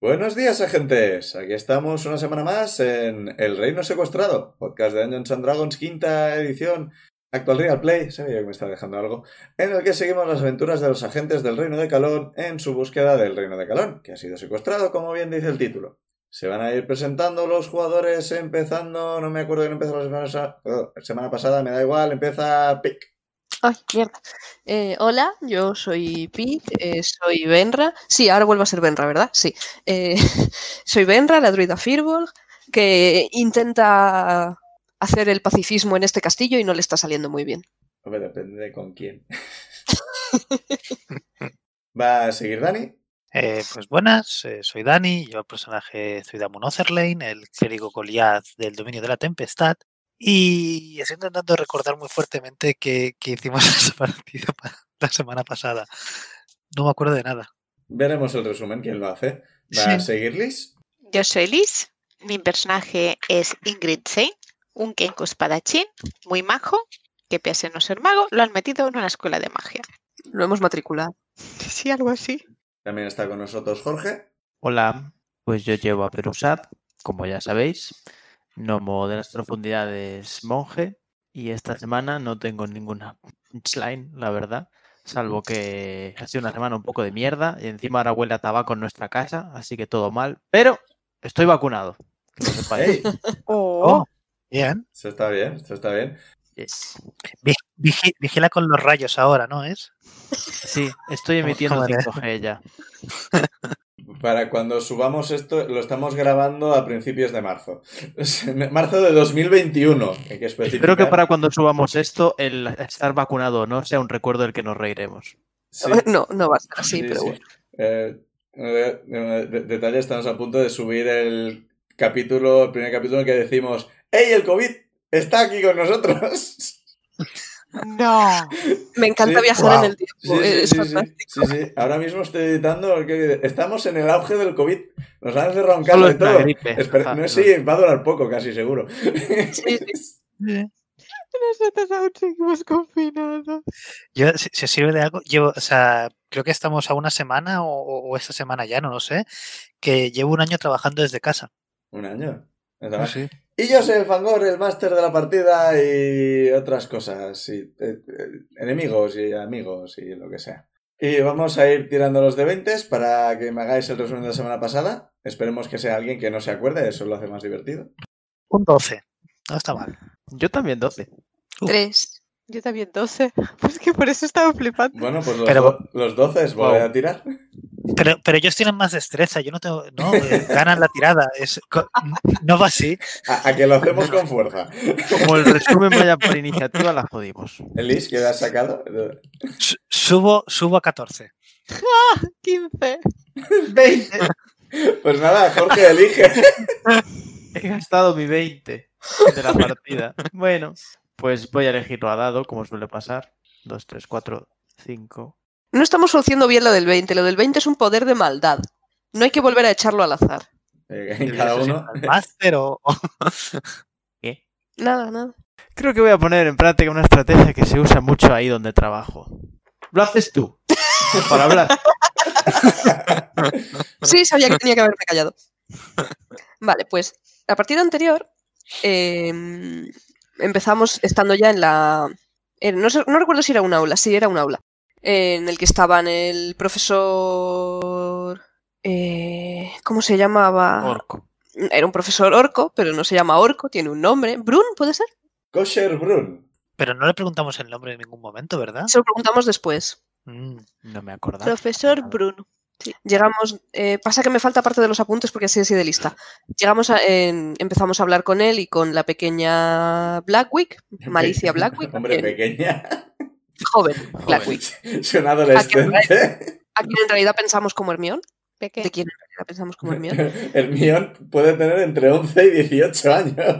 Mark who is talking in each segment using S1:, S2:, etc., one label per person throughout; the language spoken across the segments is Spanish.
S1: Buenos días, agentes. Aquí estamos una semana más en El Reino Secuestrado, podcast de Dungeons and Dragons, quinta edición, actual Real Play, sabía que me estaba dejando algo, en el que seguimos las aventuras de los agentes del Reino de Calón en su búsqueda del Reino de Calón, que ha sido secuestrado, como bien dice el título. Se van a ir presentando los jugadores empezando, no me acuerdo quién empezó la semana, sa- oh, semana pasada, me da igual, empieza Pic.
S2: Ay, mierda. Eh, hola, yo soy Pete, eh, soy Benra. Sí, ahora vuelvo a ser Benra, ¿verdad? Sí. Eh, soy Benra, la druida Firbolg, que intenta hacer el pacifismo en este castillo y no le está saliendo muy bien.
S1: Hombre, depende de con quién. ¿Va a seguir Dani?
S3: Eh, pues buenas, eh, soy Dani, yo el personaje soy Damon Otherlane, el clérigo Goliath del dominio de la tempestad, y estoy intentando recordar muy fuertemente que, hicimos esa partida pa- la semana pasada. No me acuerdo de nada.
S1: Veremos el resumen, quién lo hace. ¿Va a
S3: Sí.
S1: seguir Liz?
S4: Yo soy Liz, mi personaje es Ingrid Shane, un Kenko espadachín muy majo, que pese a no ser mago, lo han metido en una escuela de magia.
S2: Lo hemos matriculado.
S4: Sí, algo así.
S1: También está con nosotros Jorge.
S5: Hola, pues yo llevo a Perusat, como ya sabéis, gnomo de las profundidades monje, y esta semana no tengo ninguna punchline, la verdad, salvo que ha sido una semana un poco de mierda, y encima ahora huele a tabaco en nuestra casa, así que todo mal, pero estoy vacunado, que lo sepáis.
S1: ¡Ey!
S4: Oh,
S3: Bien.
S1: Esto está bien, esto está bien.
S5: Yes.
S3: Vi- vigi- vigila con los rayos ahora, ¿no es?
S5: Sí, estoy emitiendo
S3: Joder.
S5: 5G ya.
S1: Para cuando subamos esto, lo estamos grabando a principios de marzo. Marzo de 2021. Hay que especificar.
S5: Espero que para cuando subamos esto, el estar vacunado o no sea un recuerdo del que nos reiremos.
S1: Sí,
S2: No, no va a ser así,
S1: sí,
S2: Ah, pero
S1: sí.
S2: bueno.
S1: Eh, eh, eh, de- detalle, estamos a punto de subir el capítulo, el primer capítulo en que decimos ¡Ey, el COVID está aquí con nosotros!
S4: no.
S2: Me encanta
S1: Sí,
S2: viajar
S3: guau.
S2: en el
S1: Sí,
S2: tiempo.
S1: sí,
S2: es
S1: sí, sí, sí,
S2: fantástico.
S1: sí. Ahora mismo estoy editando porque estamos en el auge del COVID. Nos han cerrado un
S5: Solo
S1: carro
S5: es
S1: y
S5: una
S1: todo.
S5: gripe.
S1: Espera-
S5: Ah,
S1: no,
S5: no.
S1: sí, va a durar poco, casi seguro.
S2: Sí, sí.
S4: Nosotros aún seguimos confinados.
S3: Yo, si, si os sirve de algo, llevo, o sea, creo que estamos a una semana o, o- o esta semana ya, no lo sé, que llevo un año trabajando desde casa.
S1: Un año. Ah, Y yo soy el Fangor, el máster de la partida y otras cosas. Y, eh, eh, enemigos y amigos y lo que sea. Y vamos a ir tirando los de 20 para que me hagáis el resumen de la semana pasada. Esperemos que sea alguien que no se acuerde, eso lo hace más divertido.
S3: Un 12. No está mal.
S5: Yo también 12.
S3: Uh.
S2: Tres.
S4: Yo también 12. Pues que por eso estaba flipando.
S1: Bueno, pues los,
S3: Pero-
S1: do- los 12 es volver
S5: Wow.
S1: a tirar.
S3: Pero, pero ellos tienen más destreza, yo no tengo. No, eh, ganan la tirada. Es, co- no va así.
S1: A, a que lo hacemos con fuerza.
S5: Como el resumen vaya por iniciativa, la jodimos.
S1: Elis, ¿qué has sacado?
S3: Su- Subo, subo a 14.
S4: 15.
S5: 20.
S1: Pues nada, Jorge, elige.
S5: He gastado mi 20 de la partida. Bueno, pues voy a elegirlo a dado, como suele pasar. 2, 3, 4, 5.
S2: No estamos solucionando bien lo del 20. Lo del 20 es un poder de maldad. No hay que volver a echarlo al azar.
S1: Eh, Cada uno.
S3: Más, pero.
S2: Nada, nada.
S5: Creo que voy a poner en práctica una estrategia que se usa mucho ahí donde trabajo. Lo haces tú. Para hablar.
S2: Sí, sabía que tenía que haberme callado. Vale, pues la partida anterior em, empezamos estando ya en la... en- no, sé- no recuerdo si era un aula, sí, era un aula. En el que estaban el profesor... eh, ¿Cómo se llamaba?
S5: Orco.
S2: Era un profesor orco, pero no se llama orco, tiene un nombre. ¿Brun puede ser?
S1: Kosher Brun.
S3: Pero no le preguntamos el nombre en ningún momento, ¿verdad?
S2: Se lo preguntamos después.
S3: Mm,
S5: No me acordaba.
S4: Profesor Bruno.
S2: Llegamos, eh, pasa que me falta parte de los apuntes porque así así de lista. Llegamos a- en- empezamos a hablar con él y con la pequeña Blackwick, Malicia Blackwick.
S1: Hombre,
S2: que-
S1: pequeña.
S2: Joven,
S5: Joven.
S2: Blackwick.
S1: Es un adolescente.
S2: A quien en realidad pensamos como Hermión.
S4: Peque-
S2: ¿De quién en realidad pensamos como Hermión?
S1: Hermión puede tener entre 11 y 18 años.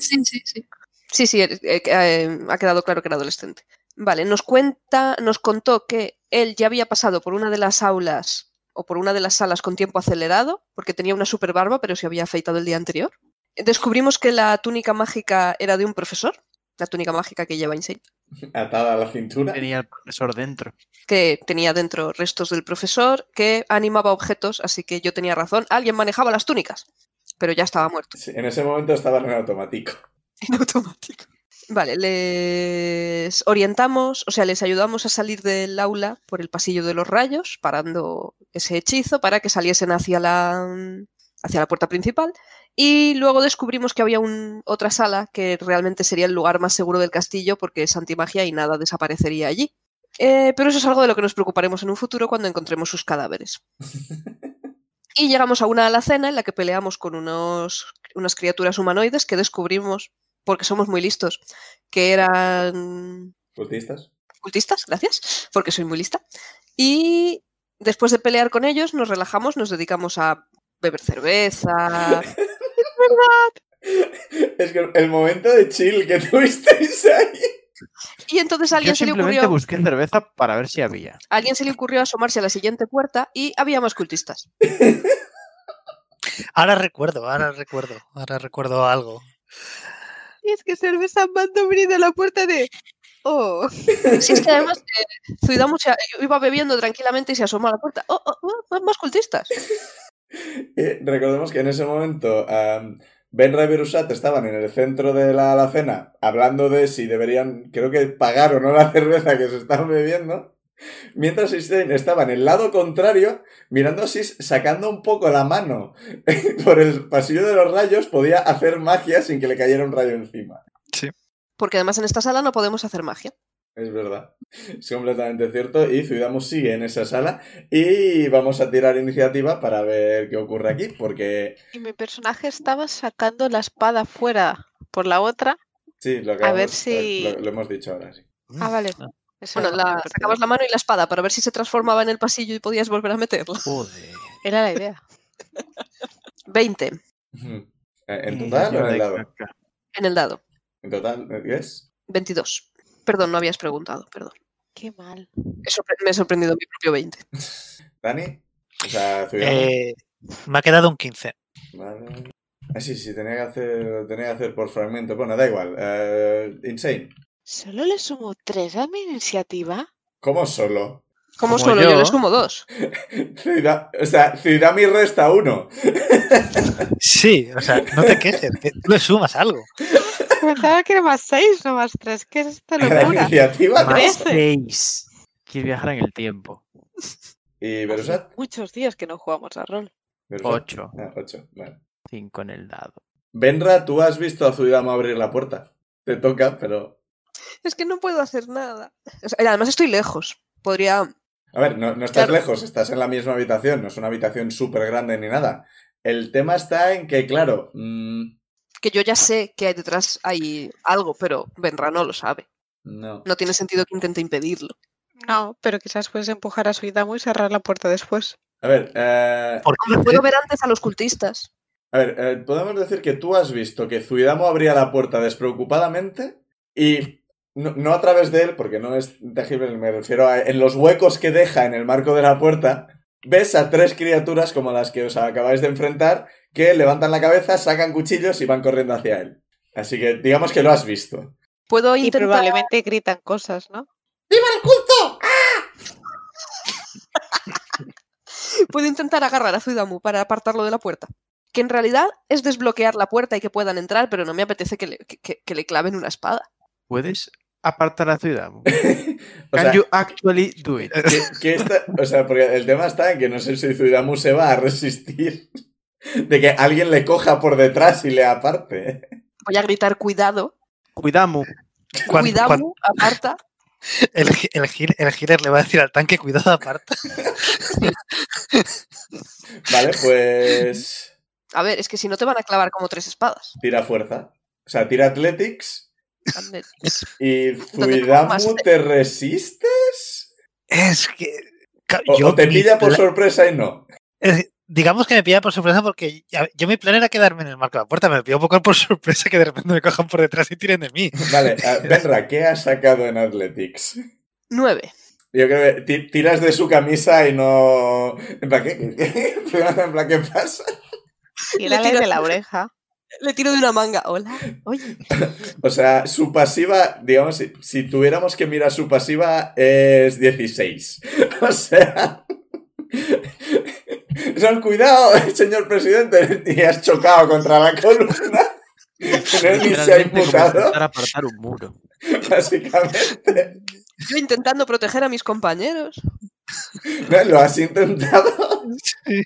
S2: Sí, sí, sí. Sí, sí, eh, eh, eh, ha quedado claro que era adolescente. Vale, nos cuenta, nos contó que él ya había pasado por una de las aulas o por una de las salas con tiempo acelerado, porque tenía una super barba, pero se había afeitado el día anterior. Descubrimos que la túnica mágica era de un profesor, la túnica mágica que lleva Insane,
S1: Atada a la cintura.
S5: Tenía el profesor dentro.
S2: que tenía dentro restos del profesor, que animaba objetos, así que yo tenía razón, alguien manejaba las túnicas, pero ya estaba muerto.
S1: Sí, en ese momento estaban en automático.
S2: En automático. Vale, les orientamos, o sea, les ayudamos a salir del aula por el pasillo de los rayos, parando ese hechizo para que saliesen hacia la, hacia la puerta principal. Y luego descubrimos que había un- otra sala que realmente sería el lugar más seguro del castillo porque es antimagia y nada desaparecería allí. Eh, pero eso es algo de lo que nos preocuparemos en un futuro cuando encontremos sus cadáveres. Y llegamos a una alacena en la que peleamos con unos, unas criaturas humanoides que descubrimos, porque somos muy listos, que eran
S1: ¿Cultistas?
S2: cultistas, gracias, porque soy muy lista. Y después de pelear con ellos, nos relajamos, nos dedicamos a beber cerveza.
S1: Es que el momento de chill que tuvisteis ahí.
S2: Y entonces a
S5: Yo
S2: alguien se le
S5: simplemente
S2: ocurrió,
S5: busqué cerveza para ver si había.
S2: a alguien se le ocurrió asomarse a la siguiente puerta y había más cultistas.
S3: Ahora recuerdo, ahora recuerdo, ahora recuerdo algo.
S4: Y es que cerveza manda abrir a la puerta de. Oh,
S2: Sí, es que además eh, Zuidamu se- iba bebiendo tranquilamente y se asomó a la puerta. ¡Oh, oh, oh! más- más cultistas!
S1: Eh, recordemos que en ese momento am, Benra y Berusat estaban en el centro de la alacena hablando de si deberían, creo que pagar o no la cerveza que se están bebiendo. Mientras Einstein estaba en el lado contrario, mirando así, sacando un poco la mano por el pasillo de los rayos, podía hacer magia sin que le cayera un rayo encima.
S2: Porque además en esta sala no podemos hacer magia.
S1: Es verdad. Es completamente cierto. Y Zuidamus sigue en esa sala. Y vamos a tirar iniciativa para ver qué ocurre aquí. Porque
S4: y mi personaje estaba sacando la espada fuera por la otra.
S1: sí, lo
S4: A ver
S1: acabamos-
S4: si-
S1: Lo, lo hemos dicho ahora, sí.
S4: Ah, vale.
S3: Mm.
S4: Eso
S2: Bueno,
S4: no,
S2: la,
S4: perdón.
S2: sacabas la mano y la espada para ver si se transformaba en el pasillo y podías volver a meterla.
S5: Joder.
S4: Era la idea.
S2: 20
S1: Ujú. Eh, ¿En
S5: Y
S1: total
S5: yo
S1: o en
S5: de
S1: el lado?
S5: caca.
S2: en el dado.
S1: En total, ¿eh, ¿es?
S2: 22. Perdón, no habías preguntado, perdón.
S4: Qué mal.
S2: He sorpre- me he sorprendido mi propio 20.
S1: ¿Dani? O sea, Zuidamus.
S3: Eh, me ha quedado un 15.
S1: Vale. Ah, sí, sí, tenía que hacer, tenía que hacer por fragmento. Bueno, da igual. Eh, insane.
S4: Solo le sumo tres a mi iniciativa.
S1: ¿Cómo solo?
S2: Como
S5: Como
S2: solo yo?
S5: yo.
S2: le sumo 2.
S1: Zuida- o sea, Zuidami resta uno.
S3: Sí, o sea, no te quejes, que tú le sumas algo.
S4: Pensaba que era más seis, no más tres. ¿Qué es esta
S1: La
S4: locura?
S1: iniciativa. ¿no?
S5: Más
S4: Trece.
S5: seis. Quieres viajar en el tiempo.
S1: ¿Y
S4: Hace
S1: Berusat?
S4: Muchos días que no jugamos a rol.
S1: Berusat.
S5: Ocho.
S1: Ah, ocho, vale.
S5: Cinco en el dado.
S1: Benra, tú has visto a Zuidama abrir la puerta. Te toca, pero.
S2: Es que no puedo hacer nada. O sea, y además estoy lejos. Podría.
S1: A ver, no, no estás
S2: Claro.
S1: lejos, estás en la misma habitación, no es una habitación súper grande ni nada. El tema está en que, claro, mm,
S2: Que yo ya sé que hay detrás hay algo, pero Benra no lo sabe.
S1: no.
S2: No tiene sentido que intente impedirlo.
S4: No, pero quizás puedes empujar a su y cerrar la puerta después.
S1: A ver, eh,
S3: ¿Por qué?
S2: Puedo ver antes a los cultistas.
S1: a ver eh, podemos decir que tú has visto que Zuidamo abría la puerta despreocupadamente y no, no a través de él, porque no es tangible, me refiero a en los huecos que deja en el marco de la puerta, ves a tres criaturas como las que os acabáis de enfrentar que levantan la cabeza, sacan cuchillos y van corriendo hacia él. Así que digamos que lo has visto.
S2: Puedo
S4: Y
S2: intentar.
S4: probablemente gritan cosas, ¿no?
S2: Puedo intentar agarrar a Zuidamu para apartarlo de la puerta. Que en realidad es desbloquear la puerta y que puedan entrar, pero no me apetece que le, que- que- que le claven una espada.
S5: ¿Puedes apartar a ciudad?
S1: O
S5: Can
S1: sea,
S5: you actually do it?
S1: que- que esta- o sea, porque el tema está en que no sé si Zuidamu se va a resistir de que alguien le coja por detrás y le aparte.
S2: Voy a gritar cuidado.
S5: Cuidamo.
S3: Cuan-
S2: cuidado,
S3: cuan-
S2: aparta.
S3: el, gi- el, gil- el healer le va a decir al tanque, cuidado aparta.
S1: Vale, pues
S2: A ver, es que si no te van a clavar como tres espadas.
S1: tira fuerza. O sea, tira Athletics
S4: Athletics.
S1: ¿Y
S2: tengo más
S1: Zuidamu
S2: de-
S1: te resistes?
S3: Es que. ca-
S1: O, o te
S3: mi
S1: pilla por
S3: pla-
S1: sorpresa y no.
S3: es- digamos que me pilla por sorpresa porque ya- yo mi plan era quedarme en el marco de la puerta. Me pilló un poco por sorpresa que de repente me cojan por detrás y tiren de mí.
S1: Vale, a- Benra, ¿qué has sacado en Athletics?
S2: Nueve.
S1: Yo creo que ti- tiras de su camisa y no. ¿En plan qué? Primero, en plan, ¿qué pasa?
S4: Tírale
S2: tiras-
S4: de la oreja.
S2: Le tiro de una manga. Hola. Oye.
S1: O sea, su pasiva, digamos, si, si tuviéramos que mirar su pasiva, es 16. O sea. Son cuidado, señor presidente, y has chocado contra la columna. No es ni se ha
S5: Literalmente como
S1: imputado,
S5: intentar apartar un muro.
S1: básicamente.
S2: Yo intentando proteger a mis compañeros.
S1: No, Lo has intentado.
S3: Sí.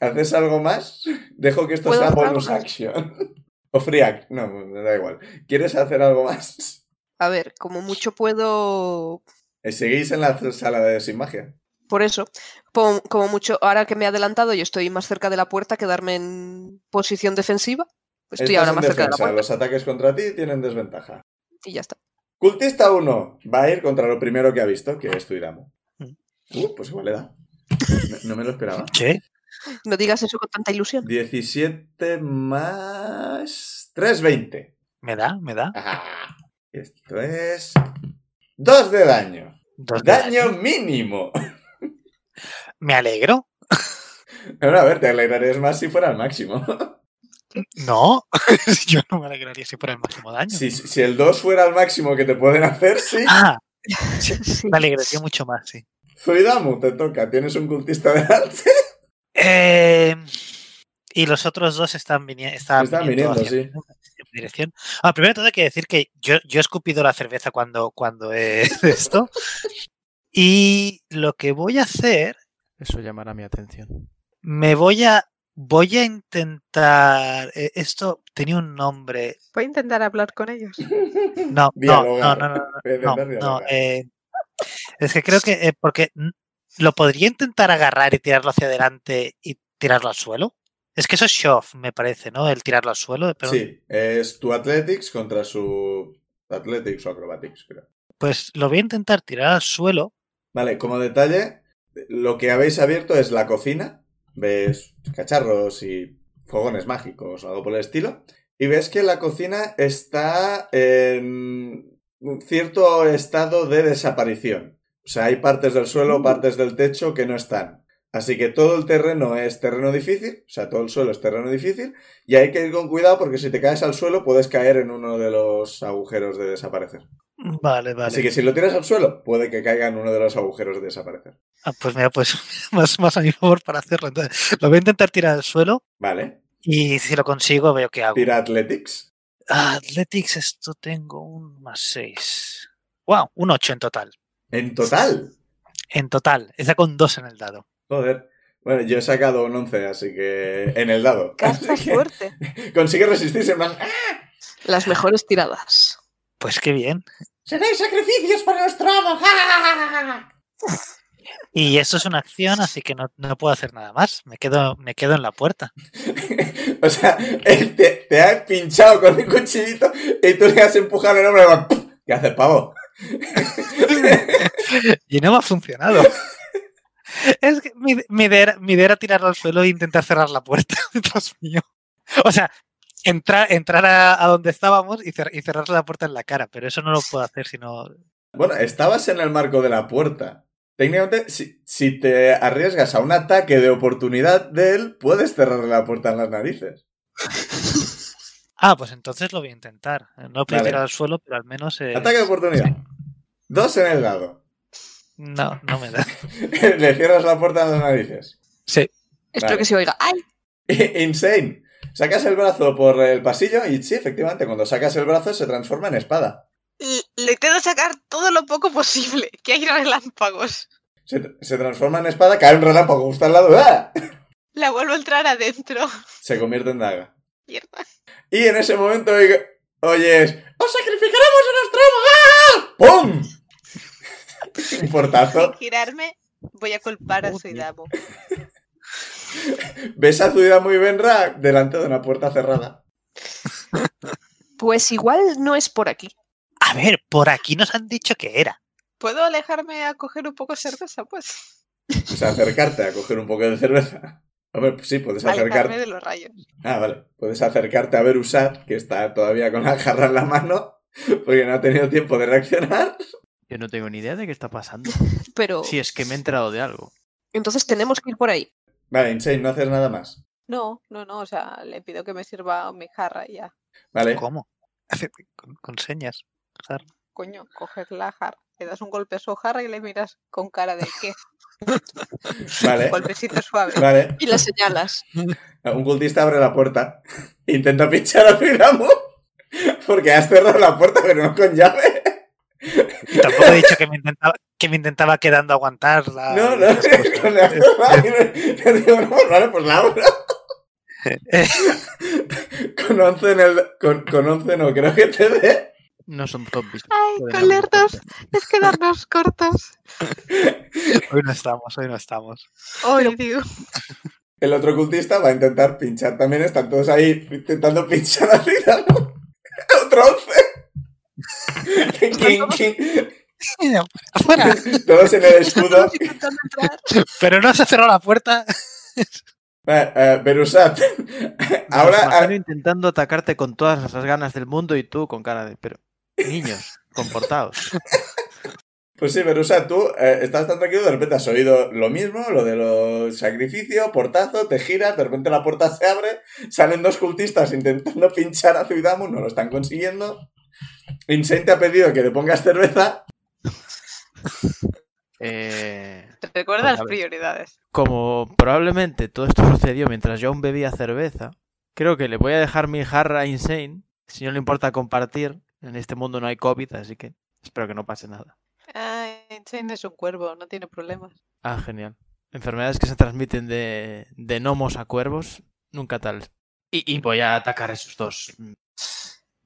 S1: ¿Haces algo más? Dejo que esto
S2: ¿Puedo
S1: sea
S2: hacer algo
S1: bonus
S2: más?
S1: action. O free act. No, me da igual. ¿Quieres hacer algo más?
S2: A ver, como mucho puedo
S1: Eh, Seguís en la sala de sin magia.
S2: Por eso, po- como mucho, ahora que me he adelantado y estoy más cerca de la puerta, quedarme en posición defensiva. Pues estoy
S1: Estás
S2: ahora
S1: en
S2: más cerca de la
S1: defensa.
S2: puerta
S1: Los ataques contra ti tienen desventaja.
S2: y ya está.
S1: Cultista 1 va a ir contra lo primero que ha visto, que es tu Iramo.
S3: Mm.
S1: Uh, pues igual le da. No, no me lo esperaba.
S3: Che,
S2: No digas eso con tanta ilusión.
S1: 17 más 3, 20.
S3: me da, me da.
S1: Ajá. Esto es 2 de daño.
S3: Dos de
S1: Daño mínimo.
S3: Me alegro.
S1: Bueno, a ver, te alegrarías más si fuera el máximo.
S3: No, yo no me alegraría si fuera el máximo daño.
S1: Si, si el 2 fuera el máximo que te pueden hacer, sí.
S3: Ah,
S2: Sí.
S3: me alegraría mucho más, sí.
S1: Zuidamu, te toca. Tienes un cultista delante.
S3: Eh, y los otros dos están, vini- están,
S1: Están viniendo,
S3: hacia mi dirección. Ah, primero de todo hay que decir que yo, yo he escupido la cerveza cuando, cuando he hecho esto. Y lo que voy a hacer,
S5: Eso llamará mi atención.
S3: me voy a. Voy a intentar. eh, esto tenía un nombre.
S4: Voy a intentar hablar con ellos.
S3: No, no, no,
S1: Dialogar.
S3: no, no,
S1: Voy
S3: no,
S1: a intentar
S3: no,
S1: dialogar.
S3: eh, es que creo que eh, porque mm, lo podría intentar agarrar y tirarlo hacia adelante y tirarlo al suelo. Es que eso es shove, me parece, ¿no? El tirarlo al suelo. Pero
S1: Sí, es tu Athletics contra su Athletics o Acrobatics, creo.
S3: Pues lo voy a intentar tirar al suelo.
S1: Vale, como detalle, lo que habéis abierto es la cocina. Ves cacharros y fogones mágicos o algo por el estilo. Y ves que la cocina está en un cierto estado de desaparición. O sea, hay partes del suelo, partes del techo que no están. Así que todo el terreno es terreno difícil, o sea, todo el suelo es terreno difícil, y hay que ir con cuidado porque si te caes al suelo puedes caer en uno de los agujeros de desaparecer.
S3: Mm, Vale, vale.
S1: Así que si lo tiras al suelo, puede que caiga en uno de los agujeros de desaparecer.
S3: Ah, pues mira, pues más, más a mi favor para hacerlo. Entonces, lo voy a intentar tirar al suelo
S1: Vale.
S3: y si lo consigo veo qué hago.
S1: Tira Athletics.
S3: Ah, Athletics, esto tengo un más 6. Wow, un 8 en total.
S1: En total.
S3: En total. Está con 2 en el dado.
S1: Joder. Bueno, yo he sacado un 11, así que. En el dado.
S4: Casta
S1: Así que
S4: fuerte.
S1: Consigue resistirse en plan. "Ah,
S2: Las mejores tiradas.
S3: Pues qué bien.
S1: ¡Seréis sacrificios para nuestro amo! ¡Ja, ja, ja, ja, ja".
S3: Y eso es una acción,
S1: pues,
S3: así que no, no puedo hacer nada más. Me quedo, me quedo en la puerta.
S1: o sea, él te, te ha pinchado con un cuchillito y tú le has empujado el hombro y va, "Puf". ¿Qué hace el pavo?
S3: Y no me ha funcionado. Es que mi, mi idea, era- mi idea era tirarlo al suelo e intentar cerrar la puerta detrás mío. O sea, entrar, entrar a, a donde estábamos y, cer- y cerrarle la puerta en la cara, pero eso no lo puedo hacer si no.
S1: Bueno, estabas en el marco de la puerta. Técnicamente, si, si te arriesgas a un ataque de oportunidad de él, puedes cerrarle la puerta en las narices.
S3: Ah, pues entonces lo voy a intentar. No lo podía
S1: Vale.
S3: tirar al suelo, pero al menos. eh,
S1: Ataque de oportunidad. Dos en el dado.
S3: No, no me da.
S1: Le cierras la puerta en las narices.
S3: Sí.
S2: Espero
S1: Vale.
S2: que se oiga. ¡Ay!
S1: Insane. Sacas el brazo por el pasillo y sí, efectivamente, cuando sacas el brazo se transforma en espada.
S4: Le intento sacar todo lo poco posible. Que hay relámpagos.
S1: Se, se transforma en espada, cae un relámpago justo al lado. ¡ah!
S4: La vuelvo a entrar adentro.
S1: Se convierte en daga.
S4: Mierda.
S1: Y en ese momento oigo- oyes, ¡Os sacrificaremos a nuestro ¡Pum! Un
S4: Sin
S1: portazo.
S4: girarme, voy a culpar a
S3: Joder.
S4: Suidamo.
S1: Ves a Zuida muy Benra delante de una puerta cerrada.
S2: Pues igual no es por aquí.
S3: A ver, por aquí nos han dicho que era.
S4: ¿Puedo alejarme a coger un poco de cerveza, pues?
S1: O sea, acercarte a coger un poco de cerveza. Hombre, pues sí, puedes
S4: Alejarme
S1: acercarte.
S4: de los rayos.
S1: Ah, vale. Puedes acercarte a ver usar, que está todavía con la jarra en la mano, porque no ha tenido tiempo de reaccionar.
S5: Yo no tengo ni idea de qué está pasando.
S2: Pero
S5: Si es que me he enterado de algo.
S2: entonces tenemos que ir por ahí.
S1: Vale, Insane, no haces nada más.
S4: No, no, no, o sea, le pido que me sirva mi jarra y ya.
S1: Vale.
S3: ¿Cómo? Con, con señas. Claro.
S4: Coño, coges la jarra, le das un golpe a su jarra y le miras con cara de qué,
S1: Vale.
S4: golpecito suave.
S1: Vale.
S2: Y la señalas.
S1: Eh, Un cultista abre la puerta. Intenta pinchar a Piramu. Porque has cerrado la puerta, pero no con llave.
S3: Y tampoco he dicho que me intentaba, que me intentaba quedando a aguantar la.
S1: No, no,
S3: esas cosas.
S1: con la cerrada. Yo digo, no, pues vale, pues la abro. Con 11 en el. Con, con 11 no, creo que te dé.
S5: No son zombies.
S4: Ay,
S5: pueden
S4: con
S5: haber
S4: los dos.
S5: zombies.
S4: Es quedarnos cortos.
S3: Hoy no estamos, hoy no estamos.
S4: Hoy, digo.
S1: El otro cultista va a intentar pinchar también. Están todos ahí intentando pinchar a Piramu. Otro 11. King, king,
S3: Afuera.
S1: king. Todos en el escudo.
S2: Estamos intentando entrar.
S3: Pero no se cerró la puerta.
S1: Eh, eh, Berusat,
S5: Me los
S1: ahora
S5: imagino intentando atacarte con todas las ganas del mundo y tú con cara de. Pero, niños, comportaos.
S1: Pues sí, pero o sea, tú eh, estás tan tranquilo, de repente has oído lo mismo, lo de los sacrificios, portazo, te giras, de repente la puerta se abre, salen dos cultistas intentando pinchar a Zuidamu, no lo están consiguiendo. Insane te ha pedido que le pongas cerveza.
S5: Eh,
S4: Recuerda
S5: Pues, a
S4: las
S5: ver.
S4: prioridades.
S5: como probablemente todo esto sucedió mientras yo aún bebía cerveza, creo que le voy a dejar mi jarra a Insane. Si no le importa compartir, en este mundo no hay COVID, así que espero que no pase nada.
S4: Ay, Einstein es un cuervo, no tiene problemas.
S5: Ah, genial. Enfermedades que se transmiten de, de gnomos a cuervos, nunca tal. Y, y voy a atacar a esos dos mm,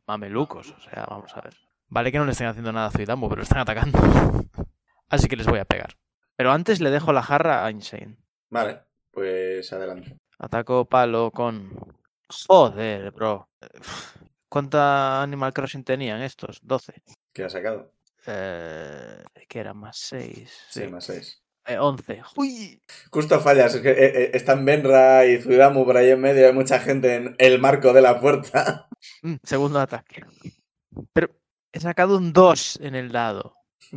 S5: mamelucos, o sea, vamos a ver. Vale que no le estén haciendo nada a Zuidamu, pero lo están atacando. Así que les voy a pegar. Pero antes le dejo la jarra a Insane.
S1: Vale, pues adelante.
S5: Ataco palo con... Joder, bro. ¿Cuánta Animal Crossing tenían estos? 12.
S1: ¿Qué ha sacado?
S5: Eh, ¿Qué era? Más eh, 6.
S1: Sí, más seis.
S5: 11.
S1: Justo fallas, es que eh, eh, están Benra y Zuidamu por ahí en medio, hay mucha gente en el marco de la puerta.
S5: Mm, Segundo ataque. Pero he sacado un 2 en el dado.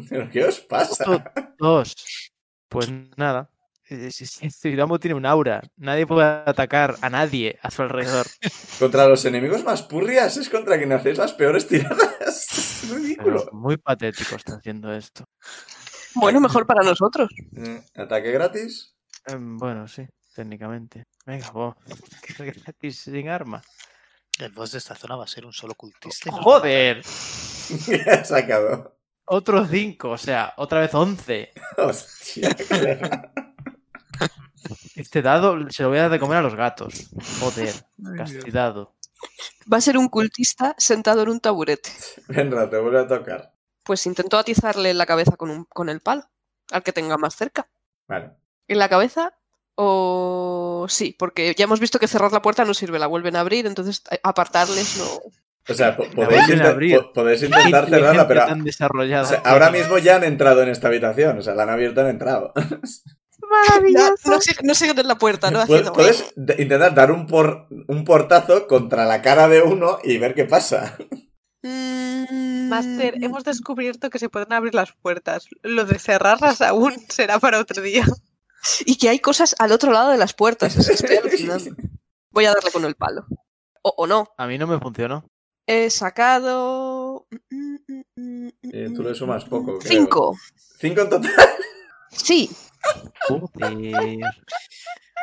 S1: ¿Pero qué os pasa?
S5: Justo 2. Pues nada. Eh, Si si este Zuidamu tiene un aura, nadie puede atacar a nadie a su alrededor.
S1: Contra los enemigos más purrias es contra quien hacéis las peores tiradas. Es
S5: Pero
S1: ridículo.
S5: muy patético está haciendo esto.
S2: Bueno, mejor para nosotros.
S1: Eh, Ataque gratis.
S5: Em, Bueno, sí, técnicamente. Venga, vos. Gratis sin arma.
S3: El boss de esta zona va a ser un solo cultista. y nos va a matar.
S5: ¡Joder!
S1: ¿Qué ha sacado?
S5: Otro 5, o sea, otra vez 11.
S1: Hostia, colega.
S5: Este dado se lo voy a dar de comer a los gatos. Joder, castigado.
S2: Va a ser un cultista sentado en un taburete.
S1: Venra, te vuelve a tocar.
S2: Pues intentó atizarle la cabeza con, un- con el palo, al que tenga más cerca.
S1: Vale.
S2: ¿En la cabeza? O sí, porque ya hemos visto que cerrar la puerta no sirve, la vuelven a abrir, entonces a- apartarles no.
S1: O sea, po-
S5: La
S1: podéis,
S5: vuelven a
S1: inte-
S5: abrir.
S1: po- podéis
S5: Qué
S1: intentar cerrarla,
S5: inteligencia
S1: pero
S5: tan desarrollada.
S1: o sea, ahora mismo ya han entrado en esta habitación. O sea, la han abierto y han entrado.
S2: No,
S4: Maravilloso.
S2: no, sig- no siguen en la puerta, ¿no?
S1: Puedes,
S2: Haciendo-
S1: puedes de- intentar dar un, por- un portazo contra la cara de uno y ver qué pasa.
S2: Mm,
S4: Master, hemos descubierto que se pueden abrir las puertas. Lo de cerrarlas aún será para otro día.
S2: Y que hay cosas al otro lado de las puertas. es que estoy alucinando. Voy a darle con el palo. O, o no.
S5: A mí no me funcionó.
S2: He sacado. mm,
S1: Eh, tú le sumas poco, creo.
S2: Cinco.
S1: Cinco en total.
S2: Sí.
S5: Joder. Eh,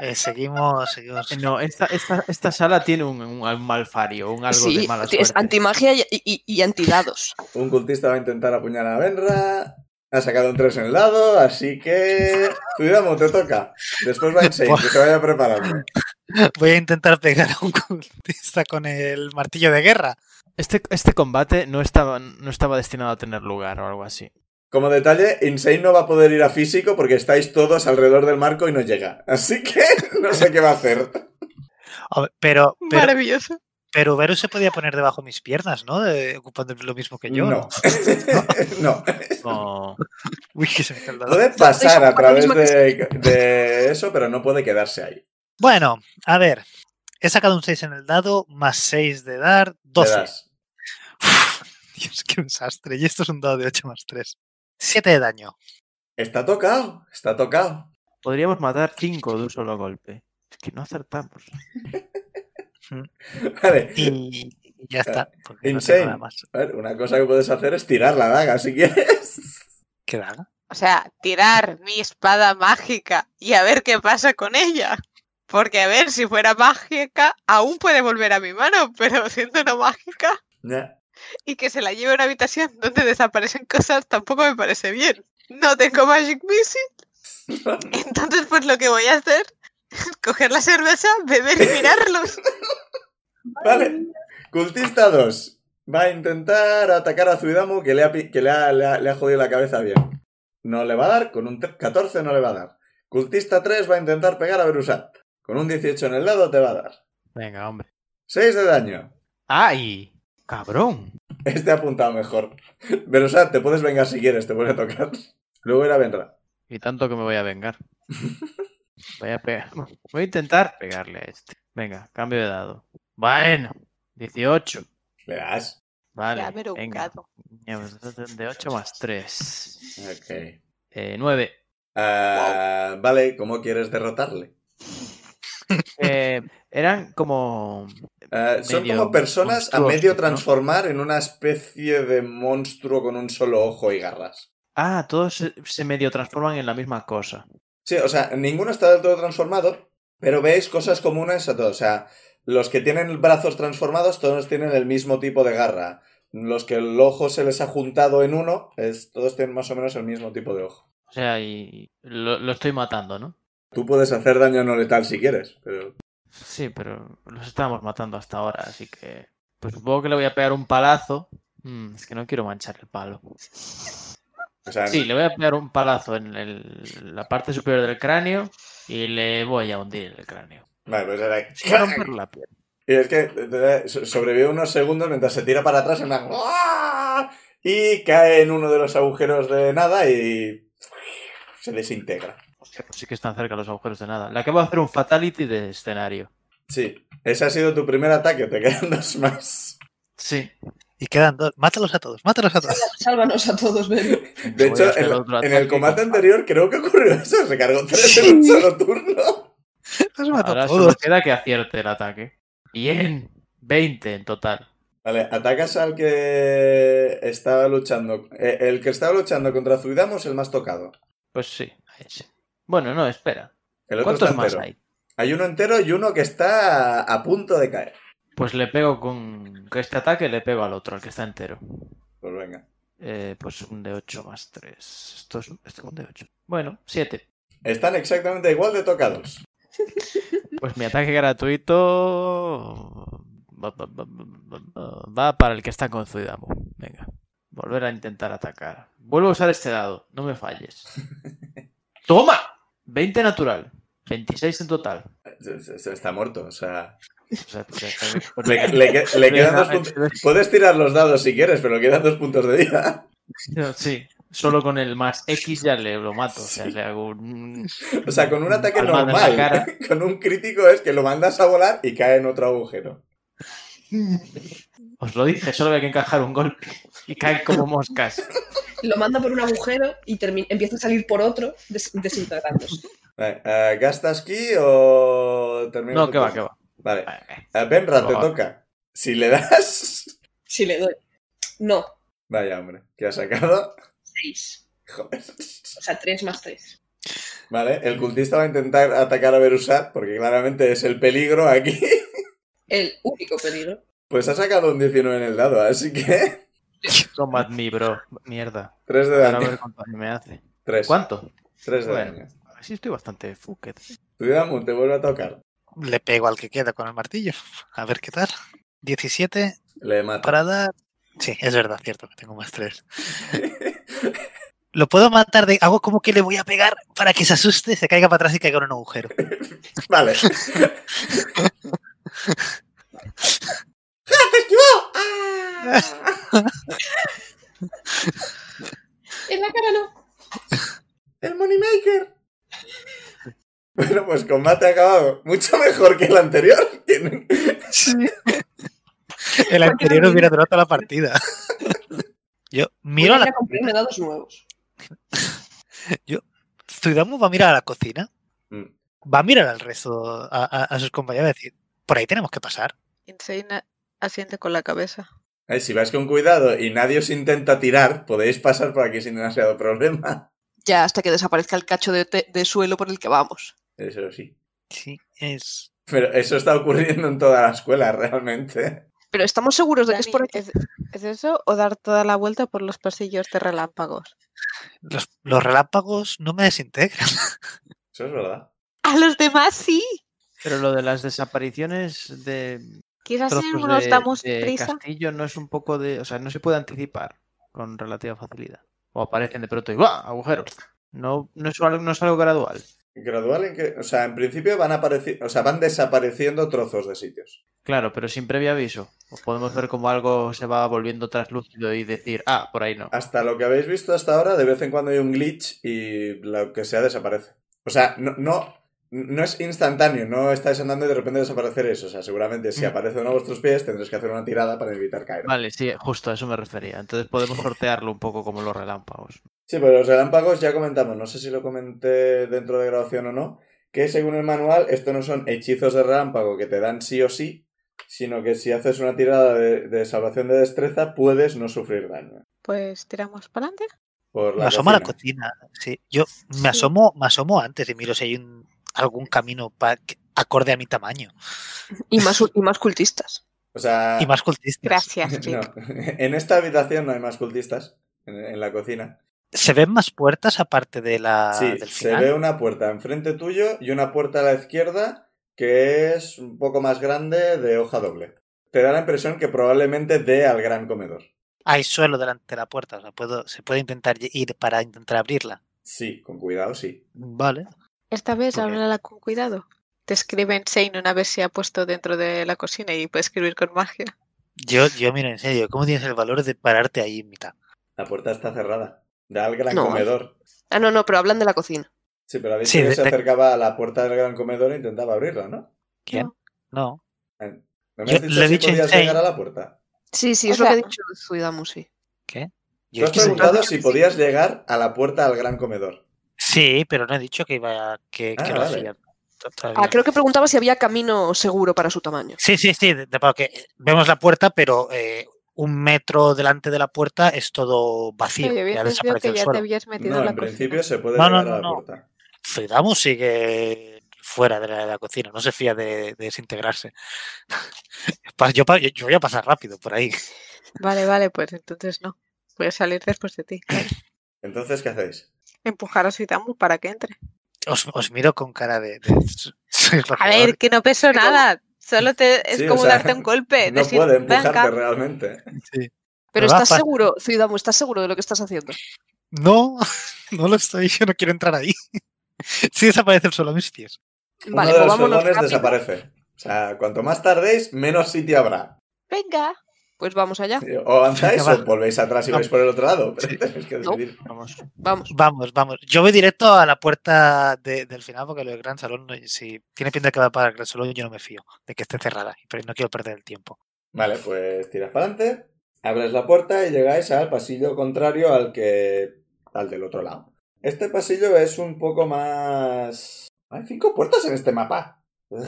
S3: Eh, seguimos, seguimos.
S5: No, esta, esta, esta sala tiene un, un, un malfario, un algo
S2: sí.
S5: de mala
S2: Es
S5: suerte.
S2: antimagia y, y, y antidados.
S1: Un cultista va a intentar apuñalar a Benra. Ha sacado un 3 en el lado, así que. Cuidado, te toca. Después va Insane, que se vaya preparando.
S3: Voy a intentar pegar a un cultista con el martillo de guerra.
S5: Este, este combate no estaba, no estaba destinado a tener lugar o algo así.
S1: Como detalle, Insane no va a poder ir a físico porque estáis todos alrededor del marco y no llega. Así que no sé qué va a hacer.
S3: A ver, Pero, pero
S4: Maravilloso.
S3: Pero Verus se podía poner debajo de mis piernas, ¿no? De- ocupando lo mismo que yo.
S1: No. no.
S5: No.
S3: Uy, que se me está el dado.
S1: Puede pasar a
S2: segura,
S1: través
S2: misma que
S1: de, de eso, pero no puede quedarse ahí.
S3: Bueno, a ver. He sacado un 6 en el dado, más 6 de dar,
S1: Le
S3: 12.
S1: das.
S3: Dios, qué desastre. Y esto es un dado de 8 más 3. 7 de daño.
S1: Está tocado, está tocado.
S5: Podríamos matar cinco de un solo golpe. Es que no acertamos.
S1: Vale.
S3: Y y ya está. Porque no
S1: Insane.
S3: tengo nada más.
S1: A ver, una cosa que puedes hacer es tirar la daga si quieres.
S3: ¿Qué daga?
S4: O sea, tirar mi espada mágica y a ver qué pasa con ella. Porque a ver, si fuera mágica, aún puede volver a mi mano, pero siendo no mágica
S1: Ya.
S4: y que se la lleve a una habitación donde desaparecen cosas tampoco me parece bien. No tengo Magic Missile, entonces pues lo que voy a hacer es coger la cerveza, beber y mirarlos.
S1: Vale. Cultista 2. Va a intentar atacar a Zuidamu que, le ha, pi- que le, ha, le ha- le ha jodido la cabeza bien. No le va a dar, con un tre- 14 no le va a dar. Cultista 3 va a intentar pegar a Berusat. Con un 18 en el lado te va a dar.
S5: Venga, hombre.
S1: 6 de daño.
S5: ¡Ay! ¡Cabrón!
S1: Este ha apuntado mejor. Berusat, te puedes vengar si quieres, te puede tocar. Luego era Benra.
S5: Y tanto que me voy a vengar. Voy a pegar. Voy a intentar pegarle a este. Venga, cambio de dado. Bueno, 18.
S1: Le das.
S5: Vale.
S4: Ya, pero un
S5: venga. pues,
S4: gato.
S5: De 8 más Eh, 3.
S1: Ok.
S5: 9.
S1: Ah, Vale, ¿cómo quieres derrotarle?
S5: Eh, eran como.
S1: Ah, son
S5: Medio
S1: como personas a
S5: monstruoso,
S1: medio
S5: ¿no?
S1: transformar en una especie de monstruo con un solo ojo y garras.
S5: Ah, todos se- se medio transforman en la misma cosa.
S1: Sí, o sea, ninguno está del todo transformado, pero veis cosas comunes a todos. O sea, los que tienen brazos transformados, todos tienen el mismo tipo de garra. Los que el ojo se les ha juntado en uno, es- todos tienen más o menos el mismo tipo de ojo.
S5: O sea, y lo, lo estoy matando, ¿no?
S1: Tú puedes hacer daño no letal si quieres, pero...
S5: Sí, pero los estábamos matando hasta ahora, así que. Pues supongo que le voy a pegar un palazo. Mm, es que no quiero manchar el palo.
S1: O sea,
S5: Sí, le voy a pegar un palazo en el- la parte superior del cráneo y le voy a hundir el cráneo.
S1: Vale, pues era-
S5: Sin romper la piel.
S1: Y es que eh, so- sobrevive unos segundos mientras se tira para atrás en plan, "¡Ah!", Y cae en uno de los agujeros de nada y se desintegra.
S5: Hostia, pues Sí que están cerca los agujeros de nada. Le acabo de hacer un fatality de escenario.
S1: Sí, ese ha sido tu primer ataque, te quedan dos más.
S5: Sí.
S3: Y quedan dos. Mátalos a todos, mátalos a todos.
S2: Sálvanos a todos, Beru.
S1: De
S5: Voy a
S1: hecho,
S5: hacer
S1: en,
S5: otro
S1: en el
S5: ataque
S1: combate
S5: con-
S1: anterior creo que ocurrió eso, se cargó tres en un solo turno.
S3: Los mato a
S5: Ahora
S3: todos.
S5: solo queda que acierte el ataque. Bien. 20 en total.
S1: Vale, atacas al que estaba luchando. eh, el que estaba luchando contra Zuidamu es el más tocado.
S5: Pues sí. a ese. Bueno, no, espera.
S1: El otro
S5: ¿Cuántos
S1: está
S5: más
S1: entero.
S5: hay?
S1: Hay uno entero y uno que está a punto de caer.
S5: Pues le pego con... con este ataque, le pego al otro, al que está entero.
S1: Pues venga.
S5: Eh, pues un de 8 más 3. Esto es, esto es un de 8. Bueno, 7.
S1: Están exactamente igual de tocados.
S5: Pues mi ataque gratuito va, va- va- va- va para el que está con Zuidamu. Venga, volver a intentar atacar. Vuelvo a usar este dado, no me falles. ¡Toma! 20 natural, 26 en total.
S1: Se- se- se Está muerto, o sea.
S5: O sea, pues ya está. Pues
S1: Le,
S5: ya-
S1: le que- le quedan dos puntos.
S5: Directamente-
S1: Puedes tirar los dados si quieres, pero quedan dos puntos de vida.
S5: No, Sí, solo con el más X ya le lo mato. O sea, le hago un...
S1: O sea, con un ataque
S5: palmada en la cara.
S1: normal. Con un crítico es que lo mandas a volar y cae en otro agujero.
S5: Os lo dije, solo había que encajar un golpe y caen como moscas.
S2: Lo manda por un agujero y termi- empieza a salir por otro, des- desintegrándose.
S1: Vale, eh, ¿Gastas aquí o terminas?
S5: No,
S1: tu
S5: que va, que
S1: turno?
S5: va.
S1: Vale. Eh, Benra, te
S5: Va.
S1: toca. Si le das.
S2: Si le doy. No,
S1: Vaya, hombre. ¿Qué ha sacado?
S2: 6.
S1: Joder.
S2: O sea, 3 más 3.
S1: Vale, el cultista va a intentar atacar a Berusat porque claramente es el peligro aquí.
S2: El único peligro.
S1: Pues ha sacado un 19 en el dado, así que.
S5: Come at me, bro. Mierda.
S1: 3 de
S5: Ahora a
S1: daño.
S5: ver cuánto daño me hace.
S1: 3.
S5: ¿Cuánto?
S1: 3 de
S5: Bueno.
S1: daño.
S5: Sí, estoy bastante fucked.
S1: Zuidamu, te vuelve a tocar.
S3: Le pego al que queda con el martillo. A ver qué tal. 17
S1: Le mata.
S3: para dar. Sí, es verdad, cierto, que tengo más 3. Lo puedo matar de. Hago como que le voy a pegar para que se asuste, se caiga para atrás y caiga en un agujero.
S1: Vale.
S6: En la cara no.
S1: ¡El Moneymaker! Bueno, pues combate acabado. Mucho mejor que el anterior.
S3: El anterior hubiera durado toda la partida. Yo miro a la.
S6: Ya comprarme dados nuevos.
S3: Zuidamu va a mirar a la cocina.
S1: Mm.
S3: Va a mirar al resto, a, a- a sus compañeros, y va a decir: Por ahí tenemos que pasar.
S4: Insane asiente con la cabeza.
S1: Ay, Eh, si vais con cuidado y nadie os intenta tirar, podéis pasar por aquí sin demasiado problema.
S2: Ya hasta que desaparezca el cacho de, te- de suelo por el que vamos.
S1: Eso sí.
S3: Sí, es.
S1: Pero eso está ocurriendo en toda la escuela, realmente.
S2: Pero estamos seguros de que es por
S4: Dani,
S2: aquí.
S4: ¿es, es eso o dar toda la vuelta por los pasillos de relámpagos?
S3: Los, los relámpagos no me desintegran.
S1: Eso es verdad.
S4: A los demás sí.
S5: Pero lo de las desapariciones de
S4: Quizás si
S5: trozos
S4: nos
S5: de-
S4: damos
S5: de
S4: prisa.
S5: castillo no es un poco de... O sea, no se puede anticipar con relativa facilidad. O aparecen de pronto y ¡buah! Agujeros. No, no, es algo, no es algo gradual.
S1: Gradual en que. O sea, en principio van apareci- o sea, van desapareciendo trozos de sitios.
S5: Claro, pero sin previo aviso. Pues podemos ver como algo se va volviendo translúcido y decir, ah, por ahí no.
S1: Hasta lo que habéis visto hasta ahora, de vez en cuando hay un glitch y lo que sea desaparece. O sea, no, no, no es instantáneo, no estáis andando y de repente desaparecer eso. O sea, seguramente si
S5: Mm.
S1: aparece uno a vuestros pies tendréis que hacer una tirada para evitar caer.
S5: Vale, sí, justo a eso me refería. Entonces podemos sortearlo un poco como los relámpagos.
S1: Sí, pero los relámpagos ya comentamos, no sé si lo comenté dentro de grabación o no, que según el manual, esto no son hechizos de relámpago que te dan sí o sí, sino que si haces una tirada de, de salvación de destreza, puedes no sufrir daño.
S4: Pues tiramos para adelante.
S1: Por
S3: Me
S1: la
S3: asomo a la
S1: cocina.
S3: cocina. Sí, yo
S4: Sí.
S3: me asomo, me asomo antes y miro si hay un- algún camino pa- que- acorde a mi tamaño.
S2: Y más, y más cultistas.
S1: O sea,
S3: Y más cultistas.
S4: Gracias, Rick.
S1: no, en esta habitación no hay más cultistas, en, en la cocina.
S3: ¿Se ven más puertas aparte de la
S1: sí,
S3: Ah, del
S1: se
S3: final?
S1: ve una puerta enfrente tuyo y una puerta a la izquierda que es un poco más grande de hoja doble. Te da la impresión que probablemente dé al gran comedor.
S3: Hay suelo delante de la puerta. O sea, puedo, se puede intentar y- ir para intentar abrirla.
S1: Sí, con cuidado, sí.
S3: Vale.
S4: Esta vez
S3: Porque-
S4: háblala con cuidado. Te escribe Insane una vez se ha puesto dentro de la cocina y puede escribir con magia.
S3: Yo, yo miro en serio, ¿cómo tienes el valor de pararte ahí en mitad?
S1: La puerta está cerrada. Da al gran
S2: No.
S1: comedor.
S2: Ah, no, no, pero hablan de la cocina.
S1: Sí, pero ha dicho
S3: Sí,
S1: que
S3: de-
S1: se
S3: de-
S1: acercaba a la puerta del gran comedor e intentaba abrirla, ¿no? Eh,
S3: ¿Quién? No.
S1: No me
S3: Yo
S1: has dicho
S3: le he
S1: si
S3: dicho
S1: podías
S3: insane.
S1: llegar a la puerta.
S2: Sí, sí,
S4: O
S2: es lo
S4: sea-
S2: que ha dicho Zuidamu, sí.
S3: Yo
S1: Tú has
S3: es que se-
S1: preguntado
S4: dicho
S1: si
S4: que sí.
S1: podías llegar a la puerta del gran comedor.
S3: sí, pero no he dicho que iba a- que, que
S1: Ah,
S3: lo
S1: vale.
S3: hacía. to- todavía.
S2: Ah, creo que preguntaba si había camino seguro para su tamaño.
S3: Sí, sí, sí. de- de- porque vemos la puerta, pero eh, un metro delante de la puerta es todo vacío.
S4: Oye, bien,
S3: ya ha
S4: entendido
S3: desaparecido
S4: que
S3: el
S4: ya te
S3: suelo.
S4: habías metido
S1: No,
S4: en la
S1: en principio se puede
S3: No,
S1: llegar
S3: no,
S1: a la
S3: no, no.
S1: puerta.
S3: Zuidamu sigue fuera de la, de la cocina, no se fía de, de desintegrarse. Pa- Yo, pa- yo voy a pasar rápido por ahí.
S4: cocina. Vale, vale, pues entonces no. Voy a salir después de ti.
S1: Entonces, ¿qué hacéis?
S4: Empujar a Suitamu para que entre.
S3: Os, os miro con cara de... de- sois los
S4: A
S3: peores.
S4: ver, que no peso nada. Solo te, es
S1: Sí, o
S4: como
S1: sea,
S4: darte un golpe.
S1: No
S4: decir,
S1: puede empujarte
S4: "Venga".
S1: realmente.
S2: Pero
S3: Pero va
S2: estás
S3: fácil.
S2: seguro, Zuidamu, estás seguro de lo que estás haciendo.
S3: No, no lo estoy, yo no quiero entrar ahí. Sí desaparecen solo mis pies.
S2: Vale,
S1: Uno de
S2: pues
S1: los
S2: vámonos
S1: folgones
S2: rápido.
S1: desaparece. O sea, cuanto más tardéis, menos sitio habrá.
S4: Venga.
S2: Pues vamos allá.
S1: O avanzáis
S3: Venga,
S1: o volvéis atrás y
S3: No.
S1: vais por el otro lado. Pero
S3: Sí.
S1: tenéis que
S2: No.
S1: decidir.
S5: Vamos.
S2: Vamos.
S3: Vamos, vamos. Yo voy directo a la puerta de- del final porque lo del gran salón, no- si tiene pinta de que va para el gran salón, yo no me fío de que esté cerrada. Pero no quiero perder el tiempo.
S1: Vale, pues tiras para adelante, abres la puerta y llegáis al pasillo contrario al que. al del otro lado. Este pasillo es un poco más. Hay cinco puertas en este mapa. Ugh.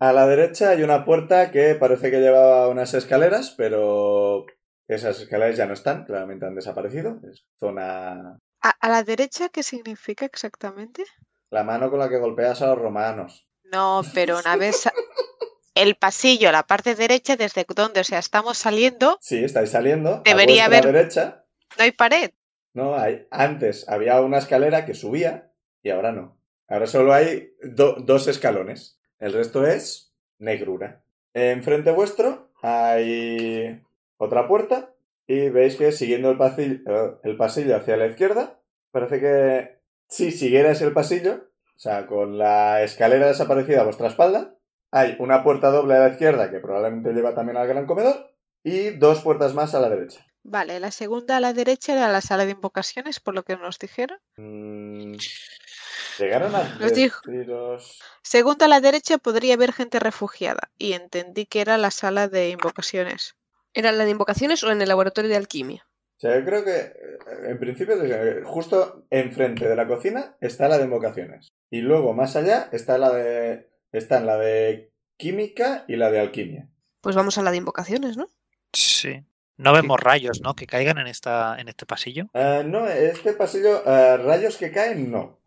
S1: A la derecha hay una puerta que parece que llevaba unas escaleras, pero esas escaleras ya no están, claramente han desaparecido. Es zona.
S4: ¿A, a la derecha qué significa exactamente?
S1: La mano con la que golpeas a los romanos.
S4: No, pero una vez sa- el pasillo, a la parte derecha, desde donde, o sea, estamos saliendo,
S1: Sí, estáis saliendo.
S4: Debería
S1: a vuestra
S4: haber-
S1: derecha.
S4: no hay pared.
S1: No, hay, antes había una escalera que subía y ahora no. Ahora solo hay do- dos escalones. El resto es negrura. Enfrente vuestro hay otra puerta y veis que siguiendo el pasillo, el pasillo hacia la izquierda, parece que si siguierais el pasillo, o sea, con la escalera desaparecida a vuestra espalda, hay una puerta doble a la izquierda que probablemente lleva también al gran comedor y dos puertas más a la derecha.
S4: Vale, la segunda a la derecha era la sala de invocaciones, por lo que nos dijeron.
S1: Mm, Llegaron a
S4: Los dijo.
S1: deciros-
S4: Segunda a la derecha podría haber gente refugiada y entendí que era la sala de invocaciones.
S2: ¿Era la de invocaciones o en el laboratorio de alquimia?
S1: O sea, yo creo que eh, en principio, desde- justo enfrente de la cocina está la de invocaciones. Y luego más allá está la de. están la de química y la de alquimia.
S2: Pues vamos a la de invocaciones, ¿no?
S3: Sí. No
S5: Sí.
S3: vemos rayos, ¿no? Que caigan en esta, en este pasillo.
S1: Ah, no, este pasillo, ah, rayos que caen, no.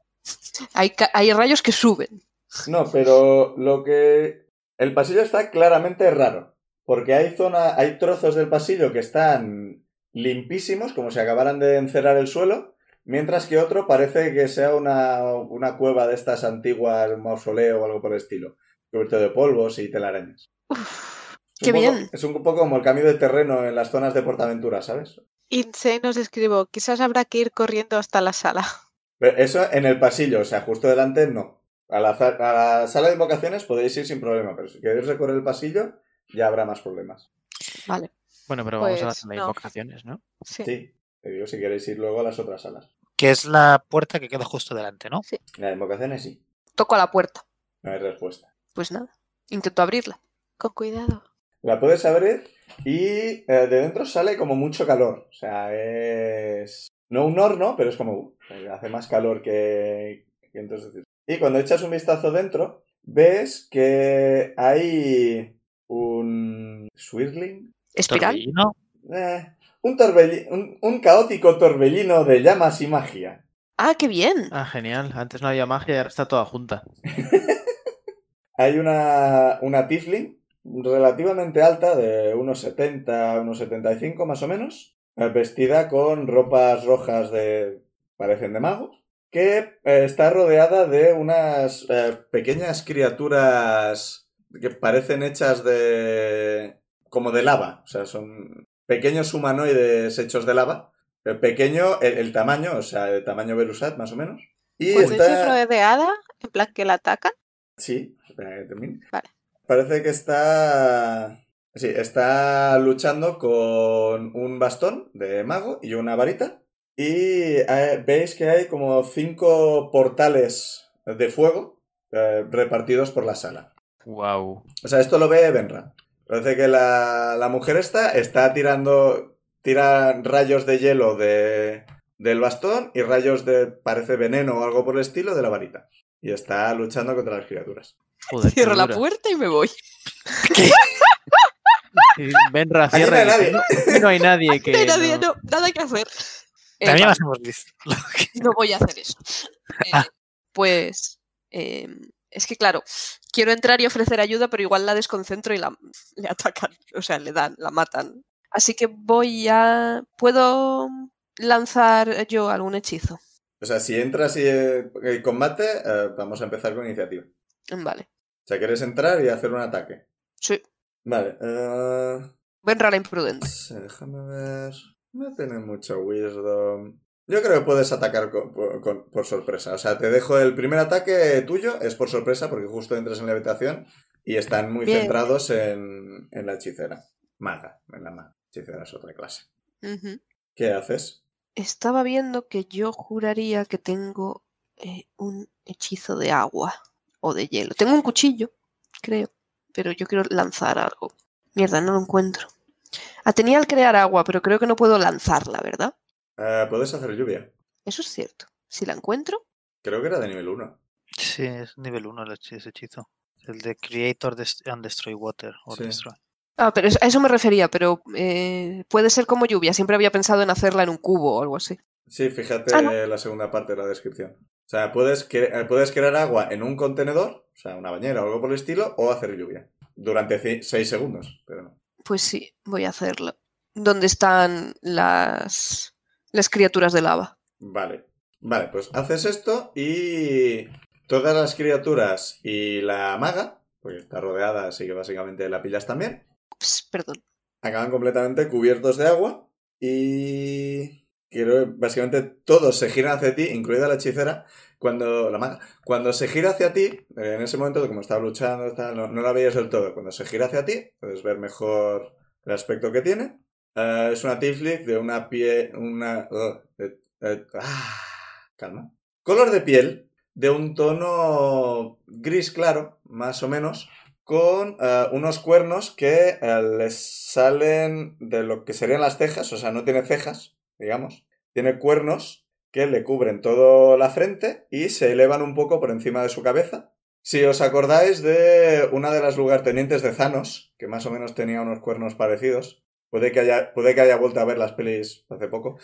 S2: Hay, ca- hay rayos que suben.
S1: No, pero lo que. El pasillo está claramente raro. Porque hay zona. hay trozos del pasillo que están limpísimos, como si acabaran de encerar el suelo. Mientras que otro parece que sea una, una cueva de estas antiguas, un mausoleo o algo por el estilo. Cubierto de polvos y telarañas.
S4: Uf.
S1: Es un
S2: ¡Qué
S1: poco-
S2: bien!
S1: Es un poco como el cambio de terreno en las zonas de Portaventura, ¿sabes?
S4: Insane nos escribo, quizás habrá que ir corriendo hasta la sala.
S1: Pero eso en el pasillo, o sea, justo delante no. A la, za- a la sala de invocaciones podéis ir sin problema, pero si queréis recorrer el pasillo, ya habrá más problemas.
S2: Vale.
S5: Bueno, pero vamos a
S4: Pues,
S5: las
S4: no.
S5: invocaciones, ¿no?
S4: Sí.
S1: Sí, te digo si queréis ir luego a las otras salas.
S3: Que es la puerta que queda justo delante, ¿no?
S1: La de invocaciones sí,
S2: Toco a la puerta.
S1: no hay respuesta.
S2: Pues nada. Intento abrirla.
S4: Con cuidado.
S1: La puedes abrir y eh, de dentro sale como mucho calor. O sea, es... No un horno, pero es como... uh, hace más calor que... que entonces... Y cuando echas un vistazo dentro, ves que hay un... Swirling,
S2: Espiral.
S3: Torbellino.
S1: Eh, un, torbelli- un, un caótico torbellino de llamas y magia.
S2: Ah, qué bien.
S5: Ah, genial. Antes no había magia y ahora está toda junta.
S1: Hay una, una tiefling relativamente alta, de unos 70, unos 75 más o menos, eh, vestida con ropas rojas de... parecen de mago, que eh, está rodeada de unas eh, pequeñas criaturas que parecen hechas de... como de lava, o sea, son pequeños humanoides hechos de lava. El pequeño, el, el tamaño, o sea, el tamaño Berusat, más o menos. Y
S4: Pues
S1: está...
S4: está... rodeada, en plan que la atacan.
S1: Sí, espera que termine.
S4: Vale.
S1: Parece que está. Sí, está luchando con un bastón de mago y una varita. Y eh, veis que hay como cinco portales de fuego eh, repartidos por la sala.
S5: Wow.
S1: O sea, esto lo ve Benra. Parece que la, la mujer esta está tirando. Tira rayos de hielo de, del bastón y rayos de. parece veneno o algo por el estilo de la varita. Y está luchando contra las criaturas.
S5: Joder, qué
S2: Cierro la
S5: dura.
S2: puerta y me voy.
S5: Y Benra,
S1: Aquí no
S5: cierra
S1: hay
S5: y
S1: nadie.
S5: dice, "No, no hay nadie que.
S2: No, nadie,
S5: no".
S2: no, nada que hacer. Eh,
S3: También
S2: vale,
S3: las hemos visto.
S2: no voy a hacer eso. Eh, pues eh, es que claro, quiero entrar y ofrecer ayuda, pero igual la desconcentro y la le atacan, o sea, le dan, la matan. Así que voy a puedo lanzar yo algún hechizo.
S1: O sea, si entras y eh, el combate, eh, vamos a empezar con iniciativa. O
S2: Vale.
S1: sea, quieres entrar y hacer un ataque.
S2: Sí,
S1: Vale. eh,
S2: Benra la imprudente.
S1: sí, déjame ver. No tiene mucho wisdom. Yo creo que puedes atacar con- por- con- por sorpresa. O sea, te dejo el primer ataque tuyo, es por sorpresa porque justo entras en la habitación y están muy
S2: Bien.
S1: centrados en, en la hechicera. Maga, en la maga. Hechicera es otra clase.
S2: Ujú.
S1: ¿Qué haces?
S2: Estaba viendo que yo juraría que tengo eh, un hechizo de agua o de hielo. Tengo un cuchillo, creo, pero yo quiero lanzar algo. Mierda, no lo encuentro. Ah, tenía al crear agua, pero creo que no puedo lanzarla, ¿verdad?
S1: Eh, puedes hacer lluvia.
S2: Eso es cierto. Si la encuentro,
S1: Creo que era de nivel 1.
S3: Sí, es nivel 1 ese hechizo. El de Creator Dest- and Destroy Water. or
S1: Sí.
S3: Destroy.
S2: ah, pero es- a eso me refería, pero eh, puede ser como lluvia. Siempre había pensado en hacerla en un cubo o algo así.
S1: Sí, fíjate
S2: Ah, no.
S1: la segunda parte de la descripción. O sea, puedes, cre- eh, puedes crear agua en un contenedor, o sea, una bañera o algo por el estilo, o hacer lluvia. Durante 6 segundos, pero no.
S2: Pues sí, voy a hacerlo. ¿Dónde están las las criaturas de lava?
S1: Vale. Vale, pues haces esto y todas las criaturas y la maga, porque está rodeada, así que básicamente la pillas también,
S2: Ps, perdón.
S1: acaban completamente cubiertos de agua y... Quiero, básicamente todos se giran hacia ti, incluida la hechicera, cuando la maga, cuando se gira hacia ti, eh, en ese momento, como estaba luchando, tal, no, no la veías del todo, cuando se gira hacia ti, puedes ver mejor el aspecto que tiene. Eh, es una Tiflis de una pie... Una... ugh, eh, eh, ah, calma. Color de piel de un tono gris claro, más o menos, con eh, unos cuernos que eh, les salen de lo que serían las cejas, o sea, no tiene cejas, digamos. Tiene cuernos que le cubren toda la frente y se elevan un poco por encima de su cabeza. Si os acordáis de una de las lugartenientes de Zanos, que más o menos tenía unos cuernos parecidos, puede que haya, puede que haya vuelto a ver las pelis hace poco.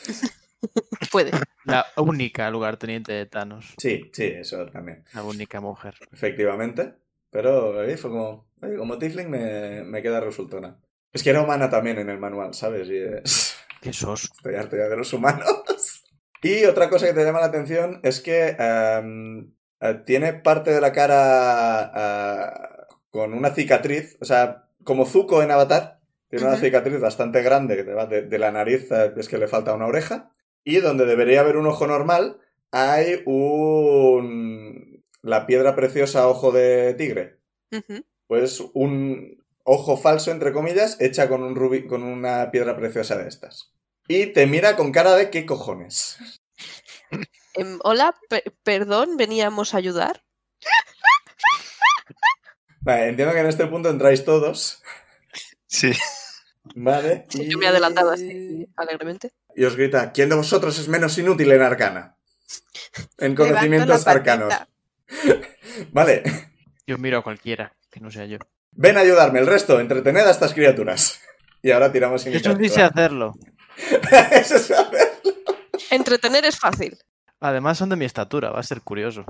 S2: Puede.
S5: La única lugarteniente de Thanos.
S1: Sí, sí, eso también.
S5: La única mujer.
S1: Efectivamente. Pero ahí fue como. "Oye, como Tifling me, me queda resultona. Es que era humana también en el manual, ¿sabes? Y es-
S5: Qué sos.
S1: estoy harto ya de los humanos. Y otra cosa que te llama la atención es que em, eh, tiene parte de la cara eh, con una cicatriz. O sea, como Zuko en Avatar, tiene una
S4: Ujú.
S1: cicatriz bastante grande que te va de, de la nariz, eh, es que le falta una oreja. Y donde debería haber un ojo normal, hay un. La piedra preciosa ojo de tigre
S2: Ujú.
S1: pues un ojo falso, entre comillas, hecha con, un rubí, con una piedra preciosa de estas. Y te mira con cara de qué cojones.
S2: Em, hola, pe- perdón, veníamos a ayudar.
S1: Vale, entiendo que en este punto entráis todos,
S3: Sí.
S1: ¿vale?
S2: Sí, Yo me he adelantado así alegremente.
S1: Y os grita, ¿quién de vosotros es menos inútil en arcana? En
S4: Levanto la
S1: conocimientos
S4: patita.
S1: arcanos. Vale,
S5: Yo miro a cualquiera, que no sea yo.
S1: ven a ayudarme, el resto, entretened a estas criaturas. Y ahora tiramos
S5: Jesús
S1: iniciativa.
S5: dice hacerlo.
S1: Eso es hacer.
S2: Entretener es fácil.
S5: Además son de mi estatura, va a ser curioso.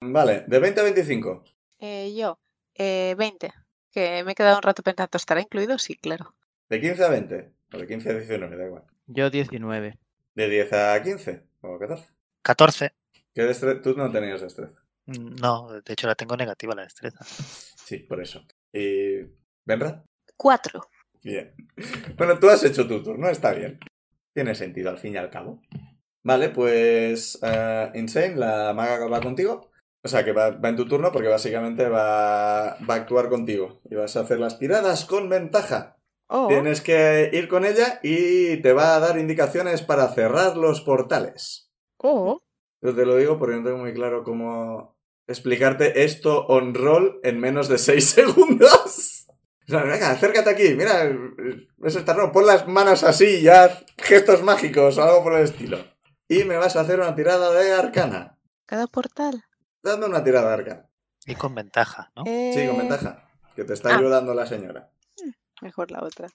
S1: Vale, de 20 a 25.
S4: Eh, yo, eh, 20. Que me he quedado un rato pensando, ¿estará incluido? Sí, claro.
S1: De 15 a 20. O de 15 a 19, da igual.
S5: Yo 19.
S1: De 10 a 15. O 14.
S3: 14.
S1: ¿Qué destre- Tú no tenías destreza.
S3: Mm, No, de hecho la tengo negativa la destreza.
S1: Sí, por eso. ¿Y. ¿Benra?
S2: Cuatro.
S1: Bien. Bueno, tú has hecho tu turno, está bien. Tiene sentido, al fin y al cabo. Vale, pues. eh, Insane, la maga que va contigo. O sea, que va, va en tu turno porque básicamente va, va a actuar contigo. Y vas a hacer las tiradas con ventaja.
S4: Oh,
S1: Tienes que ir con ella y te va a dar indicaciones para cerrar los portales.
S4: oh.
S1: Yo te lo digo porque no tengo muy claro cómo explicarte esto on roll en menos de 6 segundos. O sea, venga, acércate aquí, mira, es esta roll, pon las manos así y haz gestos mágicos o algo por el estilo. Y me vas a hacer una tirada de arcana.
S4: Cada portal.
S1: Dame una tirada de arcana.
S3: Y con ventaja, ¿no?
S1: Sí, con
S4: Eh,
S1: ventaja. Que te está
S4: ah.
S1: ayudando la señora.
S4: Mejor la otra.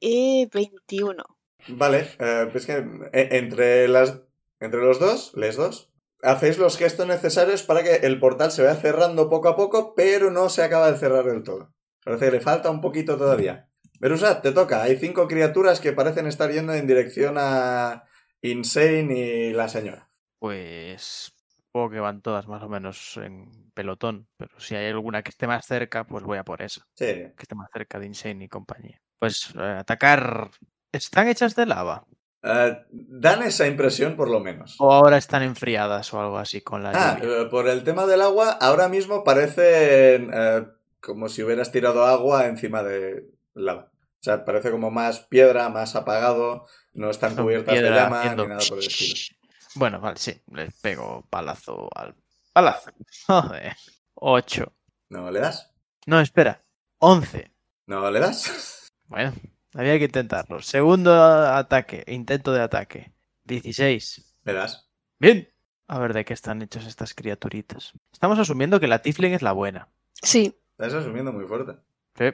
S4: Eh, 21.
S1: Vale, eh, es que eh, entre, las, entre los dos, les dos, hacéis los gestos necesarios para que el portal se vaya cerrando poco a poco, pero no se acaba de cerrar del todo. Parece que le falta un poquito todavía. Verusat, te toca. Hay cinco criaturas que parecen estar yendo en dirección a Insane y la señora.
S5: Pues supongo que van todas más o menos en pelotón, pero si hay alguna que esté más cerca, pues voy a por esa,
S1: Sí. Eh,
S5: que esté más cerca de Insane y compañía. Pues eh, atacar. ¿Están hechas de lava?
S1: Eh, dan esa impresión por lo menos.
S5: ¿O ahora están enfriadas o algo así con la
S1: Ah,
S5: lluvia?
S1: eh, por el tema del agua, ahora mismo parecen eh, como si hubieras tirado agua encima de lava. O sea, parece como más piedra, más apagado, no están
S5: Son
S1: cubiertas de
S5: piedra
S1: llama
S5: haciendo
S1: ni nada por el estilo.
S5: Bueno, vale, sí, le pego palazo al palazo. Joder. Ocho.
S1: ¿No le das?
S5: No, espera. Once.
S1: ¿No le das?
S5: Bueno, había que intentarlo. Segundo ataque, intento de ataque. 16.
S1: Le das.
S5: Bien. A ver de qué están hechas estas criaturitas. Estamos asumiendo que la Tifling es la buena.
S2: Sí.
S1: Estás asumiendo muy fuerte.
S5: Sí.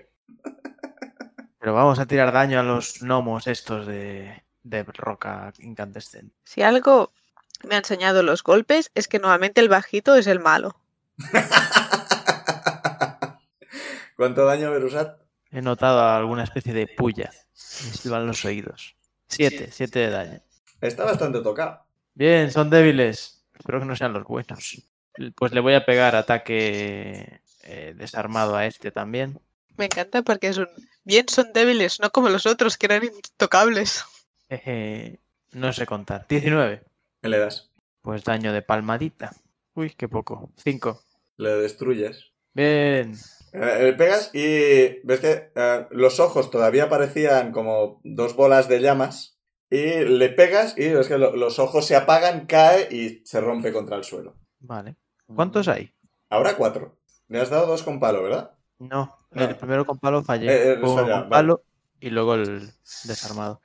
S5: Pero vamos a tirar daño a los gnomos estos de, de roca incandescente.
S4: Si algo me han enseñado los golpes es que nuevamente el bajito es el malo.
S1: ¿Cuánto daño, Verusat?
S5: He notado alguna especie de puya. Me silban los oídos. 7, 7 de daño.
S1: Está bastante tocado.
S5: Bien, son débiles. Espero que no sean los buenos. Pues le voy a pegar ataque eh, desarmado a este también.
S4: Me encanta porque es un... Bien son débiles, no como los otros que eran intocables.
S5: Jeje, no sé contar. 19.
S1: Le das.
S5: Pues daño de palmadita. Uy, qué poco. 5.
S1: Le destruyes.
S5: Bien.
S1: Eh, le pegas y ves que eh, los ojos todavía parecían como dos bolas de llamas. Y le pegas y ves que lo- los ojos se apagan, cae y se rompe contra el suelo.
S5: Vale.
S1: Mm.
S5: ¿Cuántos hay?
S1: Ahora cuatro. Le has dado dos con palo, ¿verdad?
S5: No,
S1: No.
S5: el primero con palo fallé.
S1: Eh, eh,
S5: Luego
S1: falla,
S5: con
S1: vale.
S5: palo y luego el desarmado.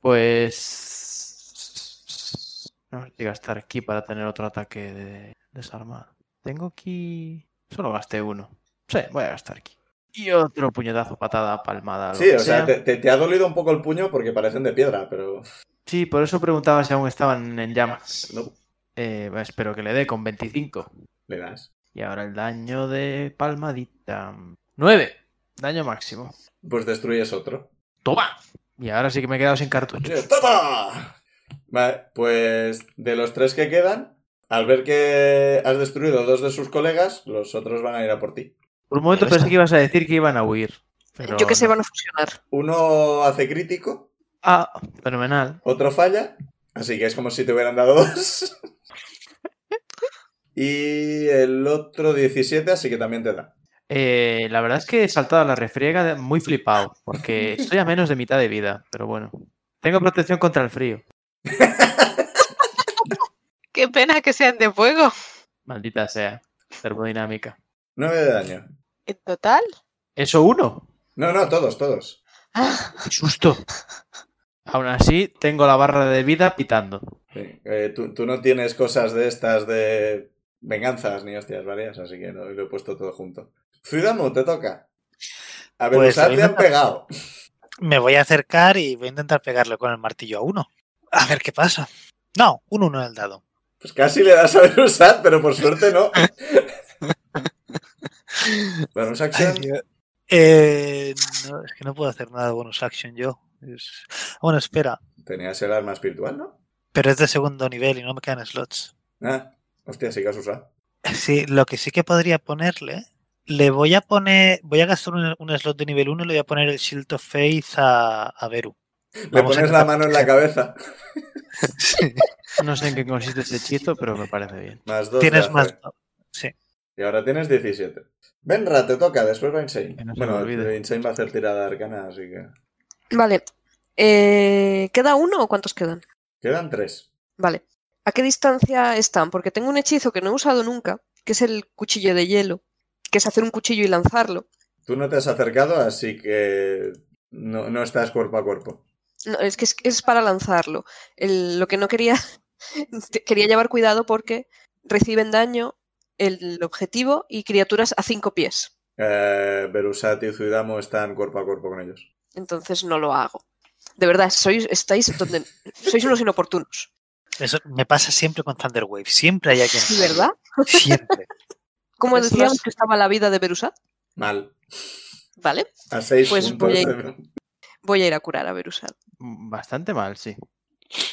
S5: Pues. No sé si gastar aquí para tener otro ataque de desarmado. Tengo aquí. Solo gasté uno. Sí, voy a gastar aquí. Y otro puñetazo, patada, palmada. lo
S1: Sí,
S5: que
S1: o sea,
S5: sea.
S1: te, te- te ha dolido un poco el puño porque parecen de piedra, pero.
S5: Sí, por eso preguntaba si aún estaban en llamas.
S1: No,
S5: Eh, bueno, espero que le dé con 25.
S1: le das.
S5: Y ahora el daño de palmadita. 9. Daño máximo.
S1: Pues destruyes otro.
S5: ¡Toma! Y ahora sí que me he quedado sin cartuchos.
S1: ¡Tata! Vale, pues de los tres que quedan, al ver que has destruido dos de sus colegas, los otros van a ir a por ti.
S5: Por un momento
S3: Pero
S5: pensé que ibas a decir que iban a huir. pero
S2: Yo que sé,
S5: no.
S2: van a fusionar.
S1: Uno hace crítico,
S5: Ah, fenomenal.
S1: otro falla, así que es como si te hubieran dado dos. Y el otro 17, así que también te da.
S5: Eh, la verdad es que he saltado a la refriega de- muy flipado, porque estoy a menos de mitad de vida, pero bueno. Tengo protección contra el frío.
S4: Qué pena que sean de fuego.
S5: Maldita sea. Termodinámica.
S1: 9 de daño.
S4: En total.
S5: Eso uno.
S1: No, no, todos, todos.
S4: ah,
S5: ¡Qué susto! Aún así, tengo la barra de vida pitando.
S1: Sí, eh, tú, tú no tienes cosas de estas de venganzas ni hostias varias, así que no, lo he puesto todo junto. Zuidamu, te toca. A ver,
S3: Pues, a mí
S1: te
S3: me
S1: han
S3: toca.
S1: pegado.
S3: Me voy a acercar y voy a intentar pegarle con el martillo a uno. A ver qué pasa. No, un uno en el dado.
S1: Pues casi le das a Berusat, pero por suerte no. Bonus action.
S3: Eh, no, es que no puedo hacer nada de bonus action yo. Es- Bueno, espera.
S1: Tenías el arma espiritual, ¿no?
S3: Pero es de segundo nivel y no me quedan slots.
S1: Ah, hostia, sí que has usado.
S3: Sí, lo que sí que podría ponerle. Le voy a poner. Voy a gastar un, un slot de nivel 1 y le voy a poner el Shield of Faith a, a Beru.
S1: Le
S3: Vamos a
S1: pones la
S3: intentar
S1: mano en la cabeza.
S3: Sí,
S5: No sé en qué consiste ese hechizo, pero me parece bien.
S1: Más dos. eh. de
S3: Tienes
S1: AC.
S3: más.
S1: Y ahora tienes 17. Benra, te toca, después va Insane.
S5: Que no se me
S1: bueno,
S5: olvide.
S1: Insane va a hacer tirada arcana, así que.
S2: Vale. Eh, ¿Queda uno o cuántos quedan?
S1: Quedan tres.
S2: Vale. ¿A qué distancia están? Porque tengo un hechizo que no he usado nunca, que es el cuchillo de hielo, que es hacer un cuchillo y lanzarlo.
S1: Tú no te has acercado, así que no, no estás cuerpo a cuerpo.
S2: No, es que es, es para lanzarlo. El- lo que no quería, te- quería llevar cuidado porque reciben daño el objetivo y criaturas a cinco pies.
S1: Eh, Berusat y Zuidamo están cuerpo a cuerpo con ellos.
S2: Entonces no lo hago. De verdad, sois, estáis donde sois unos inoportunos.
S3: Eso me pasa siempre con Thunder Wave. Siempre hay alguien.
S2: Sí, ¿Verdad?
S3: Siempre.
S2: Como
S4: Pues
S2: decíamos
S4: los-
S2: que estaba la vida de Berusat,
S1: Mal.
S2: ¿vale?
S1: A seis
S2: Pues
S1: puntos.
S2: voy a-
S1: de-
S2: Voy a ir a curar a Berusat.
S5: Mm, Bastante mal, sí.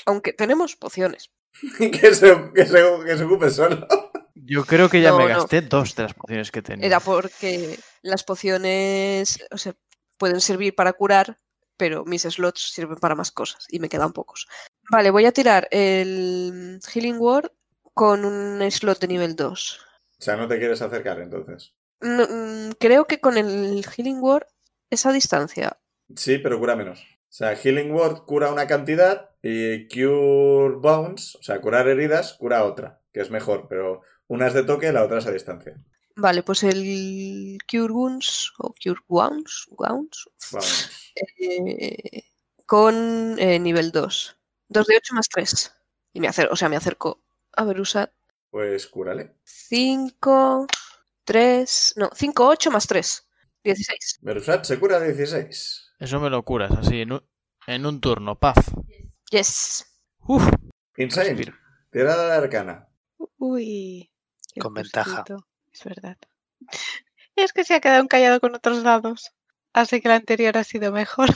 S2: Aunque tenemos pociones.
S1: que, se, que se- que se ocupe solo.
S5: Yo creo que ya
S2: No,
S5: me
S2: no.
S5: gasté dos de las pociones que tenía.
S2: Era porque las pociones o sea, pueden servir para curar, pero mis slots sirven para más cosas y me quedan pocos. Vale, voy a tirar el Healing Word con un slot de nivel 2.
S1: O sea, no te quieres acercar entonces.
S2: No, mm, creo que con el Healing Word es a distancia.
S1: Sí, pero cura menos. O sea, Healing Word cura una cantidad y Cure Bounce, o sea, curar heridas, cura otra, que es mejor, pero una es de toque, la otra es a distancia.
S2: Vale, pues el Cure Wounds o Cure Wounds, wounds,
S1: Bounce.
S2: eh, con eh, nivel 2. 2 de 8 más 3. Y me acerco, o sea, me acerco a Berusa
S1: Pues cúrale.
S2: 5, 3, no, 5, 8 más 3, 16.
S1: Berusat se cura 16.
S5: Eso me lo curas, así, en un, en un turno, paf.
S2: Yes.
S5: Uf,
S1: Insane.
S5: respiro.
S1: Tirada de arcana.
S4: Uy. qué
S3: Con ventaja.
S4: justito. Es verdad. Es que se ha quedado callado con otros dados. Así que la anterior ha sido mejor.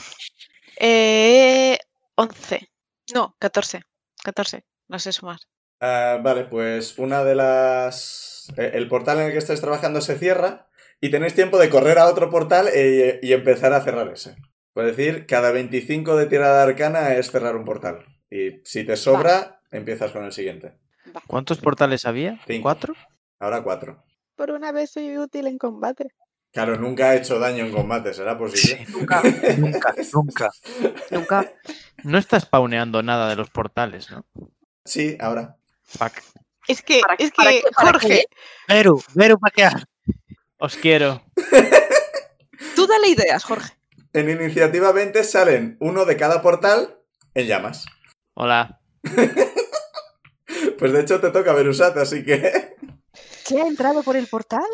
S4: Eh, 11. No, 14. 14. No sé sumar.
S1: Ah, vale, pues una de las... eh, El portal en el que estáis trabajando se cierra y tenéis tiempo de correr a otro portal e- y empezar a cerrar ese. Es decir, cada 25 de tirada arcana es cerrar un portal. Y si te sobra, empiezas con el siguiente.
S5: ¿Cuántos portales había?
S1: Cinco.
S5: ¿Cuatro?
S1: Ahora cuatro.
S4: Por una vez soy útil en combate.
S1: Claro, nunca ha hecho daño en combate, será posible.
S3: Sí, nunca, nunca, nunca.
S2: Nunca.
S5: No está spawneando nada de los portales, ¿no?
S1: Sí, ahora.
S5: Fuck.
S4: Es que,
S2: ¿Para-
S4: es que
S2: para qué- para
S4: Jorge,
S3: Veru, Veru paquear.
S5: Os quiero.
S2: Tú dale ideas, Jorge.
S1: En iniciativa 20 salen uno de cada portal en llamas.
S5: Hola.
S1: Pues de hecho te toca Verusat, así que.
S2: ¿Qué ha entrado por el portal?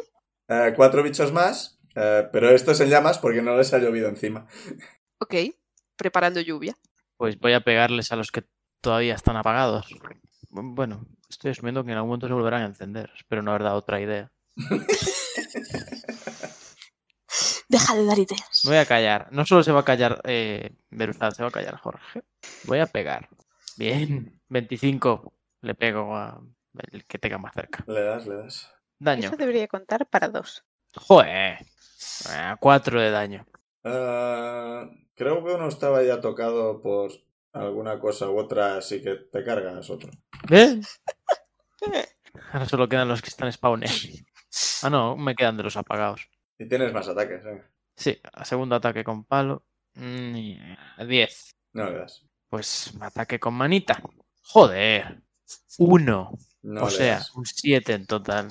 S1: eh, cuatro bichos más. eh, pero esto es en llamas porque no les ha llovido encima.
S2: Ok, preparando lluvia.
S5: Pues voy a pegarles a los que todavía están apagados. Bueno, estoy asumiendo que en algún momento se volverán a encender. Espero no haber dado otra idea.
S2: Deja de dar ideas.
S5: Me voy a callar. No solo se va a callar eh, Beruzal, se va a callar Jorge. Voy a pegar. Bien. 25. Le pego a el que tenga más cerca.
S1: Le das, le das.
S5: Daño.
S4: eso debería contar para dos.
S5: Joder. 4 de daño.
S1: Eh, creo que uno estaba ya tocado por alguna cosa u otra, así que te cargas otro.
S5: ¿Eh? Ahora solo quedan los que están spawnes. Ah, no, me quedan de los apagados.
S1: Y tienes más ataques, eh. venga.
S5: Sí, a segundo ataque con palo. Mm, 10.
S1: No le das.
S5: Pues ataque con manita. Joder. 1.
S1: No
S5: o
S1: le
S5: sea,
S1: das.
S5: un 7 en total.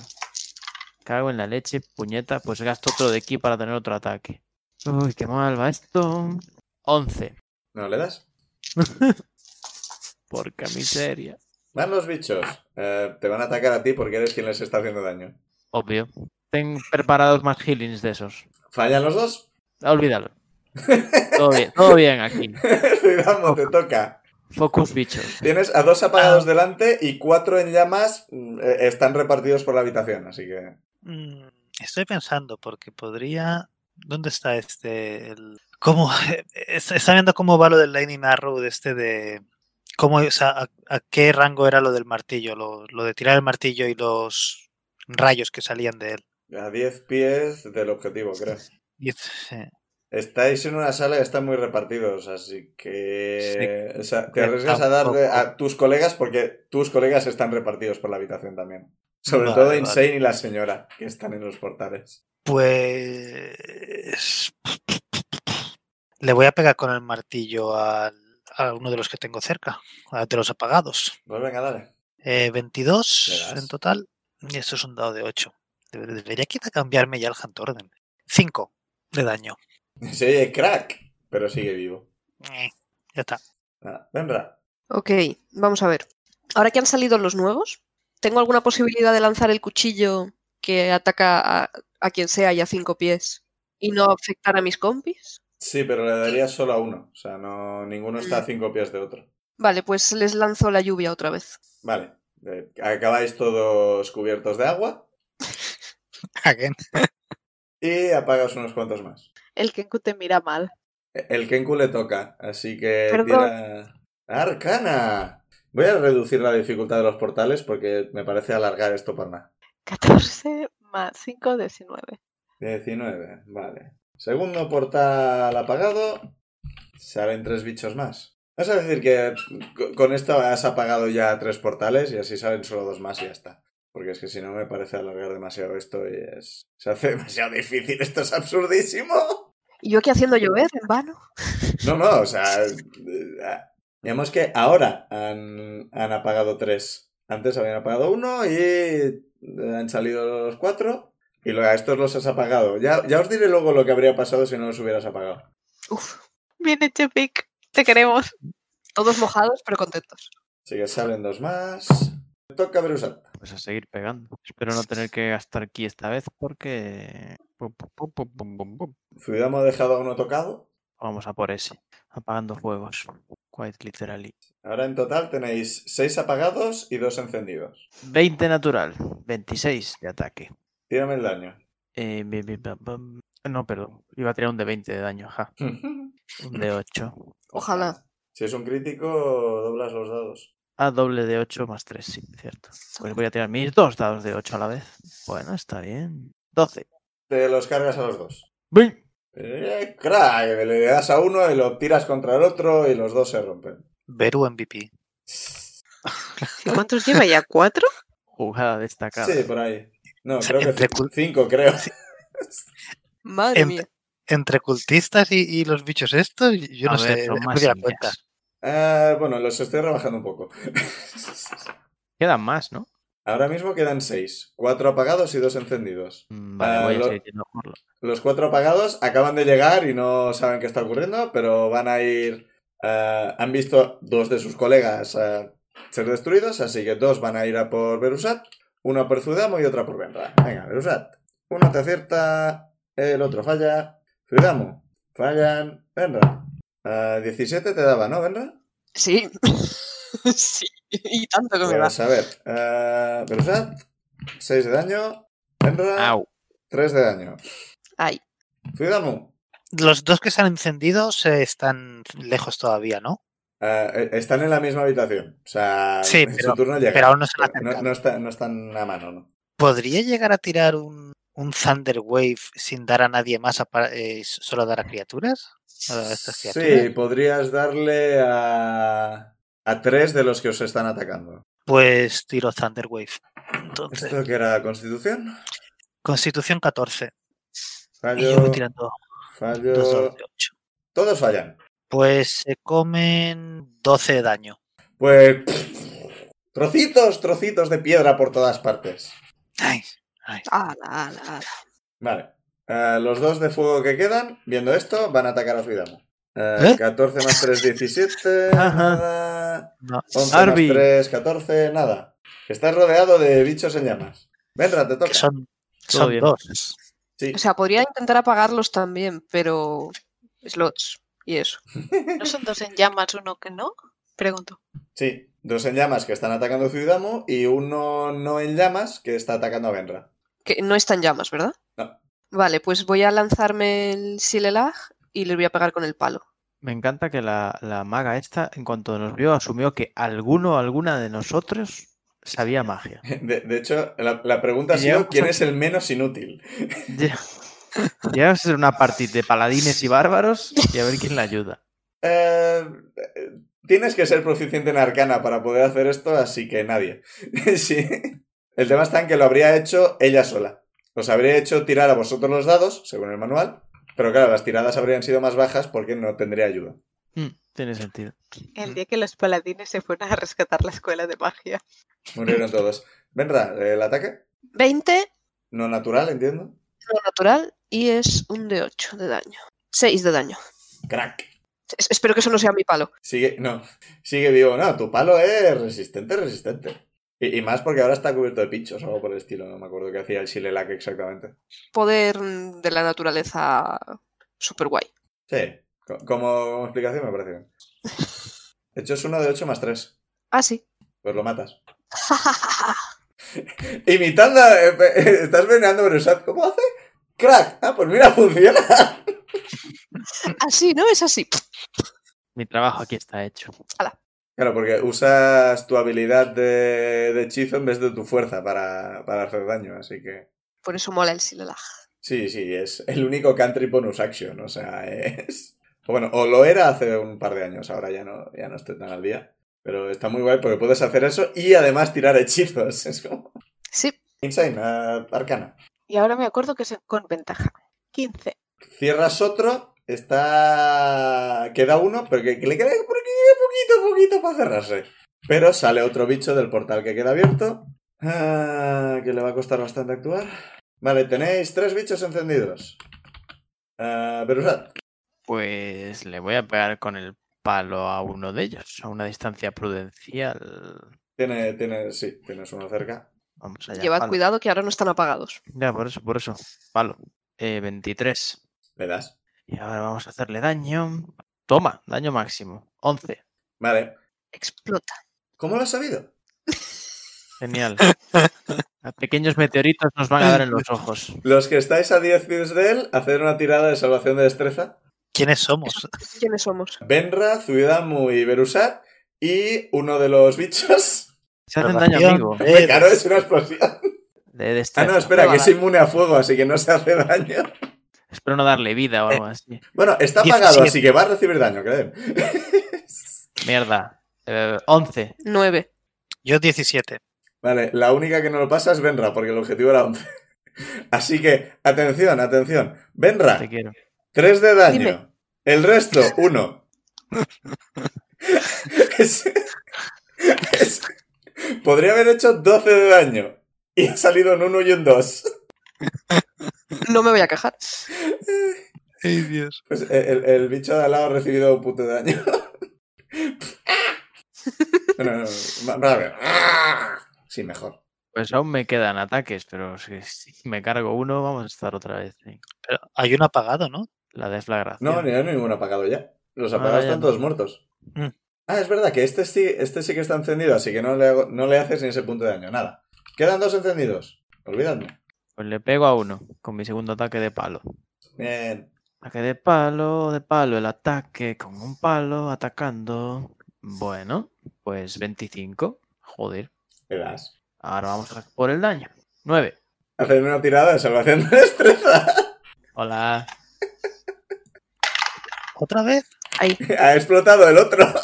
S5: Cago en la leche, puñeta. Pues gasto otro de aquí para tener otro ataque. Uy, qué mal va esto. 11.
S1: No le das.
S5: Porca miseria.
S1: Van los bichos. Eh, te van a atacar a ti porque eres quien les está haciendo daño.
S5: Obvio. Ten preparados más healings de esos.
S1: ¿Fallan los dos?
S5: Ah, Olvídalo. Todo bien, todo bien aquí.
S1: Cuidado, te toca.
S5: Focus bichos.
S1: Tienes a dos apagados
S5: Ah.
S1: delante y cuatro en llamas mm, eh, están repartidos por la habitación, así que.
S3: Mm, Estoy pensando, porque podría. ¿Dónde está este? El... ¿Cómo? es- Está viendo cómo va lo del Lightning Arrow de este de. ¿Cómo, o sea, a, a qué rango era lo del martillo? Lo, lo de tirar el martillo y los rayos que salían de él.
S1: A 10 pies del objetivo, creo.
S3: Y es- eh,
S1: Estáis en una sala y están muy repartidos, así que. o sea, te arriesgas a dar
S3: tampoco.
S1: a tus colegas porque tus colegas están repartidos por la habitación también. Sobre
S3: Vale,
S1: todo
S3: vale.
S1: Insane y la señora, que están en los portales.
S3: Pues. Le voy a pegar con el martillo al- a uno de los que tengo cerca, a- de los apagados.
S1: Pues venga, dale.
S3: Eh, 22
S1: Le das.
S3: en total. Y esto es un dado de 8. Debería quizá cambiarme ya el Hunt Orden. 5 de daño.
S1: Se oye crack, pero sigue vivo.
S3: Eh, ya está.
S1: Ah, Benra.
S2: Ok, vamos a ver. Ahora que han salido los nuevos, ¿tengo alguna posibilidad de lanzar el cuchillo que ataca a, a quien sea y a cinco pies y no afectar a mis compis?
S1: Sí, pero le daría solo a uno. O sea, no, ninguno está a cinco pies de otro.
S2: Vale, pues les lanzo la lluvia otra vez.
S1: Vale. Eh, acabáis todos cubiertos de agua
S3: Again.
S1: y apagas unos cuantos más.
S4: El Kenku te mira mal.
S1: El Kenku le toca, así que
S2: Perdón.
S1: tira- ¡Arcana! Voy a reducir la dificultad de los portales porque me parece alargar esto por nada.
S4: 14 más 5, 19.
S1: 19, vale. Segundo portal apagado. Salen tres bichos más. Vas a decir que co- con esto has apagado ya tres portales y así salen solo dos más y ya está. Porque es que si no me parece alargar demasiado esto y es... Se hace demasiado difícil, esto es absurdísimo.
S2: ¿Y yo aquí haciendo llover en vano?
S1: No, no, o sea. eh, Digamos que ahora han, han apagado tres. Antes habían apagado uno y eh, han salido los cuatro. Y luego a estos los has apagado. Ya, ya os diré luego lo que habría pasado si no los hubieras apagado.
S2: Uf,
S4: Bien hecho, Pic. Te queremos.
S2: todos mojados pero contentos.
S1: Así que salen dos más. Te Toca Berusat.
S5: Pues a seguir pegando. Espero no tener que gastar aquí esta vez porque... pum, pum, pum, pum, pum, pum, pum.
S1: Zuidamo ha dejado a uno tocado.
S5: Vamos a por ese. Apagando fuegos. Quite literally.
S1: Ahora en total tenéis seis apagados y dos encendidos.
S5: 20 natural. 26 de ataque.
S1: Tírame el daño.
S5: Eh, bi- bi- bam, bam. No, perdón. Iba a tirar un de 20 de daño. ajá. Un de 8.
S2: Ojalá.
S1: Si es un crítico, doblas los dados.
S5: A Ah, doble de 8 más 3, sí, cierto. Pues voy a tirar mis dos dados de 8 a la vez. Bueno, está bien. 12.
S1: Te los cargas a los dos.
S5: ¡Bum!
S1: Eh, crack, le das a uno y lo tiras contra el otro y los dos se rompen.
S3: Beru MVP.
S4: ¿Y ¿Cuántos lleva ya? ¿Cuatro?
S5: Jugada destacada.
S1: Sí, por ahí. No,
S3: sea,
S1: creo que
S3: entre
S1: cin-
S3: cul-
S1: cinco, creo.
S2: Madre
S3: Em-
S2: mía.
S3: Entre cultistas y, y los bichos estos, yo
S5: A
S3: no
S5: ver,
S3: sé,
S5: son
S3: no
S5: más
S3: me di la
S5: sillas.
S3: cuenta.
S1: Ah, bueno, los estoy rebajando un poco.
S5: Quedan más, ¿no?
S1: Ahora mismo quedan seis. Cuatro apagados y dos encendidos.
S5: Mm, Vale,
S1: Ah,
S5: voy a
S1: lo-
S5: seguir yendo a jugarlo.
S1: Los cuatro apagados acaban de llegar y no saben qué está ocurriendo, pero van a ir... ah, han visto dos de sus colegas ah, ser destruidos, así que dos van a ir a por Berusat, una por Zudamo y otra por Benra. Venga, Berusat. Uno te acierta, el otro falla. Zudamo, fallan. Benra. Ah, 17 te daba, ¿no, Benra?
S2: Sí. sí. Y tanto que me va.
S1: Pues a ver, eh, Berusat, 6 de daño. Benra,
S5: Au.
S1: 3 de daño.
S2: Ay.
S1: Zuidamu,
S3: Los dos que se han encendido se están lejos todavía, ¿no?
S1: eh, eh, están en la misma habitación. O sea,
S3: Sí,
S1: en su
S3: pero-
S1: turno llega.
S3: Pero aún no se han
S1: no,
S3: acercado.
S1: no está- no están a mano, ¿no?
S3: ¿Podría llegar a tirar un, un Thunder Wave sin dar a nadie más, a pa- eh, s- solo dar a criaturas? A estas criaturas?
S1: Sí, podrías darle a, a tres de los que os están atacando.
S3: Pues tiro Thunder Wave. Entonces,
S1: ¿Esto que era Constitución?
S3: Constitución 14. Y yo
S1: Fallo,
S3: voy tirando dos
S1: fallo...
S3: dados de ocho.
S1: Todos fallan.
S3: Pues se comen 12 de daño.
S1: Pues... Trocitos, trocitos de piedra por todas partes.
S3: Ay, ay.
S2: Ala, ala, ala.
S1: Vale. Eh, los dos de fuego que quedan, viendo esto, van a atacar a Zuidamo.
S3: ¿Eh?
S1: 14 más 3, 17.
S5: Ajá.
S1: Nada.
S3: No.
S1: 11
S5: Arby.
S1: más 3, 14. Nada. Estás rodeado de bichos en llamas. Venra, te toca.
S3: Que son,
S5: Todo
S3: son
S5: bien. pues.
S3: dos.
S1: Sí.
S2: O sea, podría intentar apagarlos también, pero. Slots. Y eso.
S4: ¿No son dos en llamas, uno que no? Pregunto.
S1: sí. Dos en llamas que están atacando a Zuidamo y uno no en llamas que está atacando a Venra.
S2: Que no están llamas, ¿verdad?
S1: No.
S2: Vale, pues voy a lanzarme el Silelag y les voy a pegar con el palo.
S5: Me encanta que la, la maga esta, en cuanto nos vio, asumió que alguno o alguna de nosotros sabía magia.
S1: De, de hecho, la, la pregunta ha
S5: Y
S1: sido
S5: llevamos
S1: quién
S5: a-
S1: es el menos inútil.
S5: Ya- ya va a ser una partida de paladines y bárbaros y a ver quién la ayuda.
S1: Eh, eh, tienes que ser proficiente en arcana para poder hacer esto, así que nadie. Sí. El tema está en que lo habría hecho ella sola. Os habría hecho tirar a vosotros los dados, según el manual, pero claro, las tiradas habrían sido más bajas porque no tendría ayuda.
S5: Mm, tiene sentido.
S4: El día que los paladines se fueron a rescatar la escuela de magia.
S1: Murieron todos. Venra, el ataque,
S2: 20,
S1: no natural, entiendo.
S2: lo natural, y es un de 8 de daño. 6 de daño.
S1: Crack.
S2: Es- espero que eso no sea mi palo.
S1: Sigue, no, sigue vivo. No, tu palo es resistente, resistente. Y, y más porque ahora está cubierto de pinchos o algo por el estilo. No me acuerdo qué hacía el Shilelak exactamente.
S2: Poder mm, de la naturaleza super guay.
S1: Sí, co- como explicación me parece bien. De hecho, es uno de 8 más 3.
S2: Ah, sí.
S1: Pues lo matas. Imitando. a- eh, eh, estás venerando a Berusat. ¿Cómo hace? ¡Crack! Ah, pues mira, funciona.
S2: Así, Ah, ¿no? Es así.
S5: Mi trabajo aquí está hecho.
S1: Claro, porque usas tu habilidad de, de hechizo en vez de tu fuerza para, para hacer daño, así que.
S2: Por eso mola el Silelag.
S1: Sí, sí, es el único country bonus action, o sea, es... o Bueno, o lo era hace un par de años, ahora ya no, ya no estoy tan al día. Pero está muy guay porque puedes hacer eso y además tirar hechizos. Es como...
S2: Sí.
S1: Insane, eh, Arcana.
S4: Y ahora me acuerdo que es con ventaja. 15.
S1: Cierras otro, está... Queda uno, pero que, que le queda por aquí, poquito, poquito para cerrarse. Pero sale otro bicho del portal que queda abierto. ah, que le va a costar bastante actuar. Vale, tenéis tres bichos encendidos. Ah, Berusat.
S5: Pues le voy a pegar con el palo a uno de ellos, a una distancia prudencial.
S1: Tiene, tiene, sí, tienes uno cerca.
S5: Vamos allá.
S2: Llevad
S5: palo.
S2: cuidado que ahora no están apagados.
S5: Ya, por eso, por eso. Palo. Eh, 23.
S1: Le das.
S5: Y ahora vamos a hacerle daño. Toma, daño máximo. 11.
S1: Vale.
S2: Explota.
S1: ¿Cómo lo has sabido?
S5: Genial. A pequeños meteoritos nos van a dar en los ojos.
S1: Los que estáis a 10 pies de él, hacer una tirada de salvación de destreza.
S3: ¿Quiénes somos?
S2: ¿Quiénes somos?
S1: Benra, Zuidamu y Berusat. Y uno de los bichos.
S5: Se hacen daño,
S3: Salvación
S5: amigo.
S3: de-
S1: Claro, es una explosión.
S5: De este.
S1: Ah, no,
S5: destreza.
S1: espera, que es inmune a fuego, así que no se hace daño.
S5: Espero no darle vida o algo
S1: Eh.
S5: así.
S1: Bueno, está apagado,
S3: 17.
S1: así que va a recibir daño, creen.
S5: Mierda. Eh, 11.
S2: 9.
S3: Yo 17.
S1: Vale, la única que no lo pasa es Benra, porque el objetivo era 11. Así que, atención, atención. Benra,
S5: Te quiero.
S1: 3 de daño.
S2: Dime.
S1: El resto, 1. podría haber hecho 12 de daño. Y ha salido en 1 y en 2.
S2: No me voy a quejar.
S3: Ay, Dios.
S1: Pues el, el bicho de al lado ha recibido un puto de daño. bueno, no, no, va- va a ver. Sí, mejor.
S5: Pues aún me quedan ataques, pero si, si me cargo uno, vamos a estar otra vez. en
S3: Pero hay uno apagado, ¿no?
S5: La desflagración.
S1: No, ni hay ninguno apagado ya. Los
S5: Ah,
S1: apagados
S5: ya
S1: están
S5: no.
S1: todos muertos.
S3: Mm.
S1: Ah, es verdad que este sí, este sí que está encendido, así que no le, hago- no le haces ni ese punto de daño, nada. Quedan dos encendidos. Olvidadme.
S5: Pues le pego a uno con mi segundo ataque de palo.
S1: Bien.
S5: Ataque de palo, de palo, el ataque con un palo, atacando. Bueno, pues 25. Joder.
S1: Le das.
S5: Ahora vamos a por el daño. 9.
S1: Hacen una tirada de salvación de destreza.
S5: Hola.
S3: ¿Otra vez?
S4: Ahí.
S1: ha explotado el otro.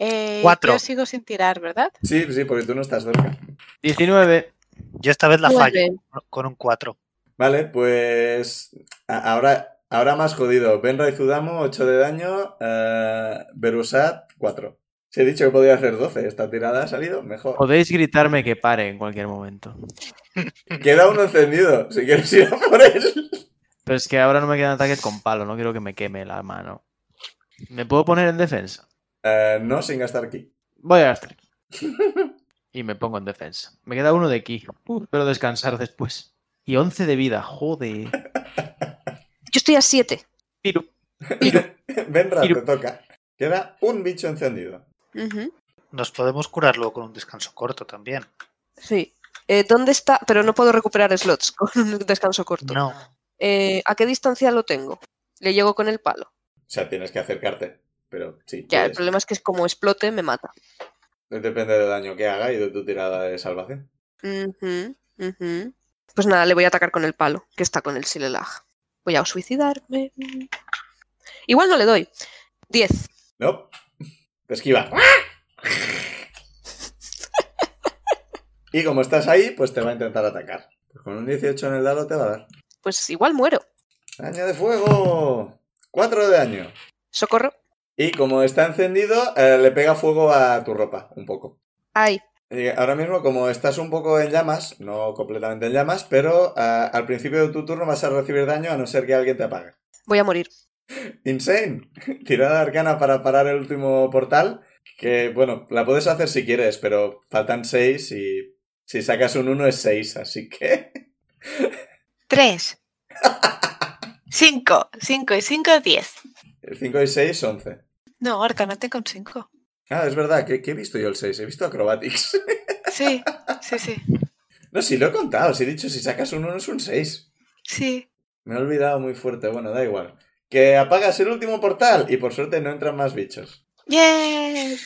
S4: Eh,
S3: Cuatro.
S4: Yo sigo sin tirar, ¿verdad?
S1: Sí, sí, porque tú no estás cerca.
S5: 19.
S3: Yo esta vez la fallo
S2: Nueve.
S3: con un 4.
S1: Vale, pues a- ahora, ahora más jodido. Benra y Zudamu, 8 de daño. eh, Berusat, 4. Si he dicho que podía hacer 12, esta tirada ha salido mejor.
S5: Podéis gritarme que pare en cualquier momento.
S1: Queda uno encendido, si quieres ir a por él.
S5: Pero es que ahora no me quedan ataques con palo, no quiero que me queme la mano. ¿Me puedo poner en defensa?
S1: Eh, no, sin gastar aquí.
S5: Voy a gastar. Y me pongo en defensa. Me queda uno de aquí. Uh, espero descansar después. Y 11 de vida, joder.
S2: Yo estoy a 7.
S5: Piru.
S1: Benra,
S5: Iru-
S1: te toca. Queda un bicho encendido.
S3: Nos podemos curar luego con un descanso corto también.
S2: Sí. Eh, ¿Dónde está? Pero no puedo recuperar slots con un descanso corto.
S3: No.
S2: Eh, ¿A qué distancia lo tengo? Le llego con el palo.
S1: O sea, tienes que acercarte. Pero sí,
S2: Ya, el
S1: puedes.
S2: problema es que es como explote, me mata.
S1: depende del daño que haga y de tu tirada de salvación.
S2: Ujú, ujú. Pues nada, le voy a atacar con el palo, que está con el silelag. Voy a suicidarme. Igual no le doy. 10.
S1: No, te esquiva. Y como estás ahí, pues te va a intentar atacar. Pues con un 18 en el dado te va a dar.
S2: Pues igual muero.
S1: Daño de fuego. 4 de daño.
S2: Socorro.
S1: Y como está encendido, eh, le pega fuego a tu ropa, un poco.
S2: Ay,
S1: Y ahora mismo, como estás un poco en llamas, no completamente en llamas, pero ah, al principio de tu turno vas a recibir daño a no ser que alguien te apague.
S2: voy a morir.
S1: Insane. Tirada arcana para parar el último portal. Que bueno, la puedes hacer si quieres, pero faltan 6 y si sacas un 1 es 6, así que.
S4: Tres. Cinco. Cinco y cinco, diez.
S1: 5 y 6, 11.
S4: No, Arcanate con cinco.
S1: Ah, es verdad, que, que he visto yo el 6, he visto Acrobatics.
S4: Sí, sí, sí.
S1: No, si lo he contado, si he dicho si sacas un 1 es un 6.
S4: Sí.
S1: Me he olvidado muy fuerte, bueno, da igual. Que apagas el último portal y por suerte no entran más bichos.
S4: ¡Yay!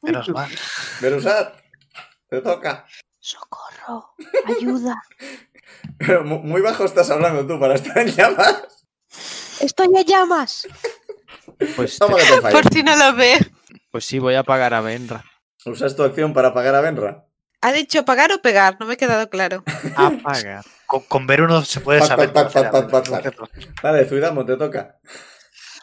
S3: Menos mal.
S1: Verusat, te toca.
S2: Socorro. Ayuda.
S1: Pero mu- muy bajo estás hablando tú para estar en llamas.
S2: Estoy a llamas.
S5: Pues,
S1: Toma que te fallo.
S4: Por si no lo ve.
S5: pues sí, voy a pagar a Benra.
S1: ¿Usas tu acción para pagar a Benra?
S4: ¿Ha dicho pagar o pegar? No me he quedado claro.
S5: A pagar.
S3: Con, con ver uno se puede
S1: Pat,
S3: saber.
S1: pat, pat, pat, pat,
S3: cuál será.
S1: Vale, Zuidamo, te toca.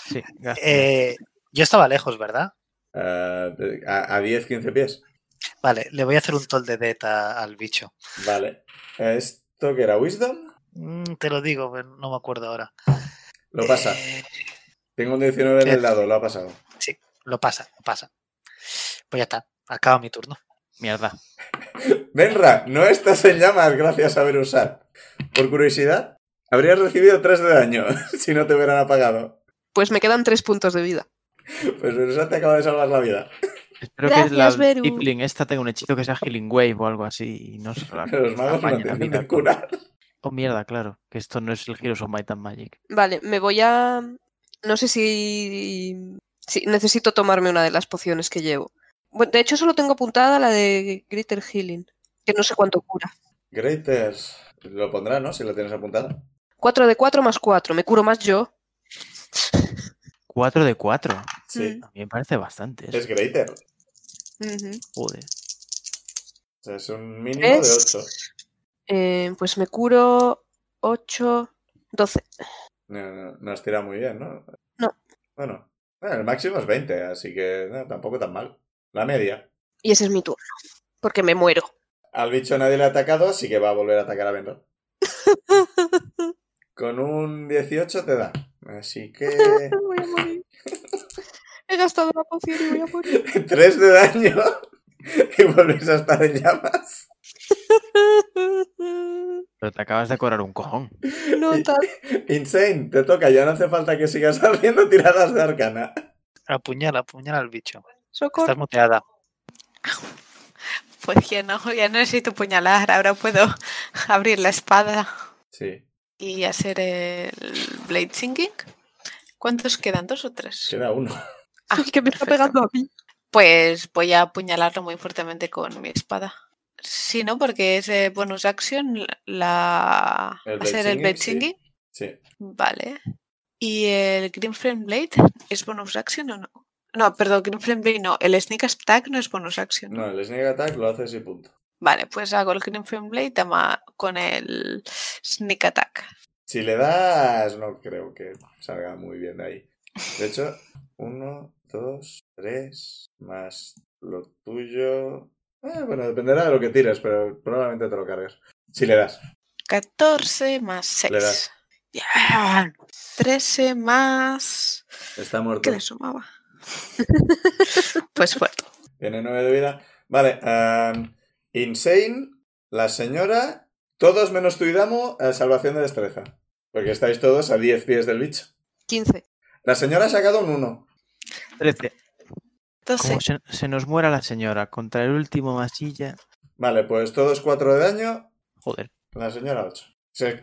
S5: Sí, gasto.
S3: Eh, yo estaba lejos, ¿verdad?
S1: Eh, a, a 10, 15 pies.
S3: Vale, le voy a hacer un toll de death a- al bicho.
S1: Vale. ¿Esto que era Wisdom?
S3: Mm, te lo digo, pero no me acuerdo ahora.
S1: Lo pasa.
S3: Eh,
S1: Tengo un 19 en el dado, lo ha pasado.
S3: lo pasa, lo pasa. Pues ya está, acaba mi turno.
S5: Mierda.
S1: Benra, no estás en llamas gracias a Berusat. Por curiosidad, habrías recibido 3 de daño si no te hubieran apagado.
S2: Pues me quedan tres puntos de vida.
S1: Pues Berusat te acaba de salvar la vida.
S5: Espero
S2: Gracias,
S5: que la
S2: Beru.
S5: Tiefling esta tenga un hechizo que sea Healing Wave o algo así. Y no se la-
S1: Los magos no
S5: apañe la
S1: tienen
S5: vida
S1: que
S5: con-
S1: curar.
S5: Oh, mierda, claro. Que esto no es el Heroes of Might and Magic.
S2: Vale, me voy a... No sé si... si necesito tomarme una de las pociones que llevo. Bueno, de hecho, solo tengo apuntada la de Greater Healing, que no sé cuánto cura.
S1: Greaters. Lo pondrá, ¿no? Si lo tienes apuntado.
S2: 4 de 4 más 4. Me curo más yo.
S5: 4 de 4.
S1: Sí.
S5: A mí me parece bastante. eso.
S1: Es Greater.
S2: Mm, ujú.
S5: Joder.
S1: sea, es un mínimo de
S2: Tres.
S1: 8.
S2: Eh, pues me curo 8, 12.
S1: No, no, no has tirado muy bien, ¿no?
S2: No.
S1: Bueno, bueno, el máximo es 20, así que no, tampoco tan mal. La media.
S2: Y ese es mi turno. Porque me muero.
S1: Al bicho nadie le ha atacado, así que va a volver a atacar a Benro. Con un 18 te da. Así que.
S2: voy a morir. He gastado la poción y voy a morir.
S1: 3 de daño. Y volvéis a estar en llamas.
S5: Pero te acabas de cobrar un cojón.
S2: No tanto.
S1: Insane, te toca, ya no hace falta que sigas haciendo tiradas de arcana.
S3: Apuñala, apuñala al bicho.
S2: Socorro.
S3: Estás muteada.
S4: Pues ya no, ya no necesito puñalar. Ahora puedo abrir la espada
S1: Sí,
S4: y hacer el Blade Singing. ¿Cuántos quedan? ¿Dos o tres?
S1: queda uno.
S4: Ah,
S2: El que me está
S4: perfecto.
S2: pegando a mí.
S4: Pues voy a apuñalarlo muy fuertemente con mi espada. Sí, ¿no? Porque es eh, bonus action la...
S1: El blade
S4: hacer el
S1: singing,
S4: Blade
S1: sí.
S4: Singing.
S1: Sí.
S4: Vale. ¿Y el Green Flame Blade es bonus action o no? No, perdón, Green Flame Blade no. El Sneak Attack no es bonus action. ¿no?
S1: No, el sneak attack lo haces y punto.
S4: Vale, pues hago el Green Flame Blade ama- con el Sneak Attack.
S1: Si le das, no creo que salga muy bien de ahí. De hecho, uno, dos, tres, más lo tuyo. Ah, bueno, dependerá de lo que tires, pero probablemente te lo cargues. Si le das.
S4: 14 más 6.
S1: Le das.
S4: 13 más...
S1: Está muerto.
S4: ¿Qué le sumaba? pues muerto.
S1: Tiene nueve de vida. Vale. am, insane, la señora, todos menos tu Idamo, a salvación de destreza. Porque estáis todos a 10 pies del bicho.
S2: 15.
S1: La señora ha sacado un 1.
S5: 13.
S4: Entonces,
S5: Como se, se nos muera la señora contra el último masilla.
S1: Vale, pues todos 4 de daño
S5: Joder.
S1: La señora 8. Se,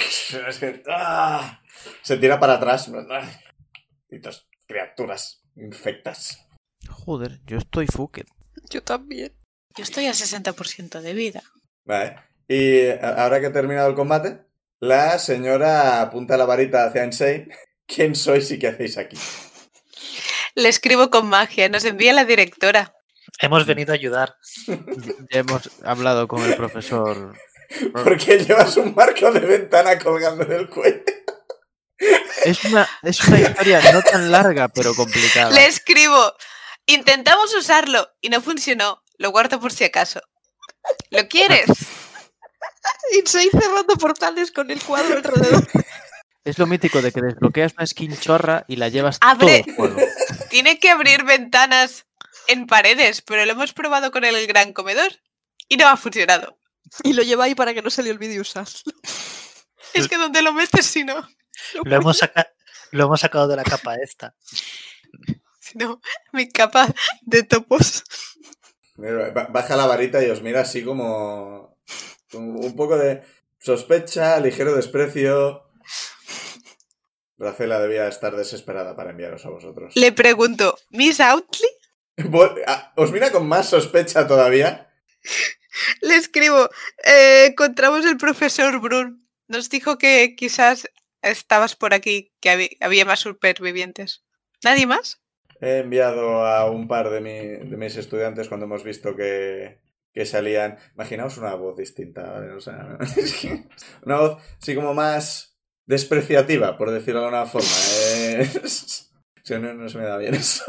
S1: es que- ¡ah! se tira para atrás. Malditos criaturas infectas.
S5: Joder, yo estoy fucked.
S2: Yo también.
S4: yo estoy a 60% de vida.
S1: Vale. Y a- ahora que ha terminado el combate, la señora apunta la varita hacia Insane. ¿Quién sois y qué hacéis aquí?
S4: Le escribo con magia, nos envía la directora.
S1: Mm.
S3: Hemos venido a ayudar.
S5: Ya hemos hablado con el profesor.
S1: Porque llevas un marco de ventana colgando del cuello.
S5: Es una, es una historia no tan larga, pero complicada.
S4: Le escribo, intentamos usarlo y no funcionó, lo guardo por si acaso. ¿Lo quieres?
S2: Insane cerrando portales con el cuadro alrededor.
S5: Es lo mítico de que desbloqueas una skin chorra y la llevas
S4: Abre.
S5: todo el juego.
S4: Tiene que abrir ventanas en paredes, pero lo hemos probado con el gran comedor y no ha funcionado.
S2: Y lo lleva ahí para que no se le olvide usarlo.
S4: Es que donde lo metes si no,
S3: Lo hemos, saca- lo hemos sacado de la capa esta.
S4: si no, mi capa de topos.
S1: Mira, ba- Baja la varita y os mira así como. como Un poco de sospecha, ligero desprecio. Racela debía estar desesperada para enviaros a vosotros.
S4: Le pregunto, ¿Miss Outley?
S1: Vol- ah, Os mira con más sospecha todavía.
S4: Le escribo, "Eh, encontramos el profesor Brun. Nos dijo que quizás estabas por aquí, que habi- había más supervivientes. ¿Nadie más?
S1: He enviado a un par de, mi- de mis estudiantes cuando hemos visto que, que salían. Imaginaos una voz distinta, ¿vale? O sea, es que- una voz así como más despreciativa, por decirlo de alguna forma. ¿eh? Es que no, no se me da bien eso.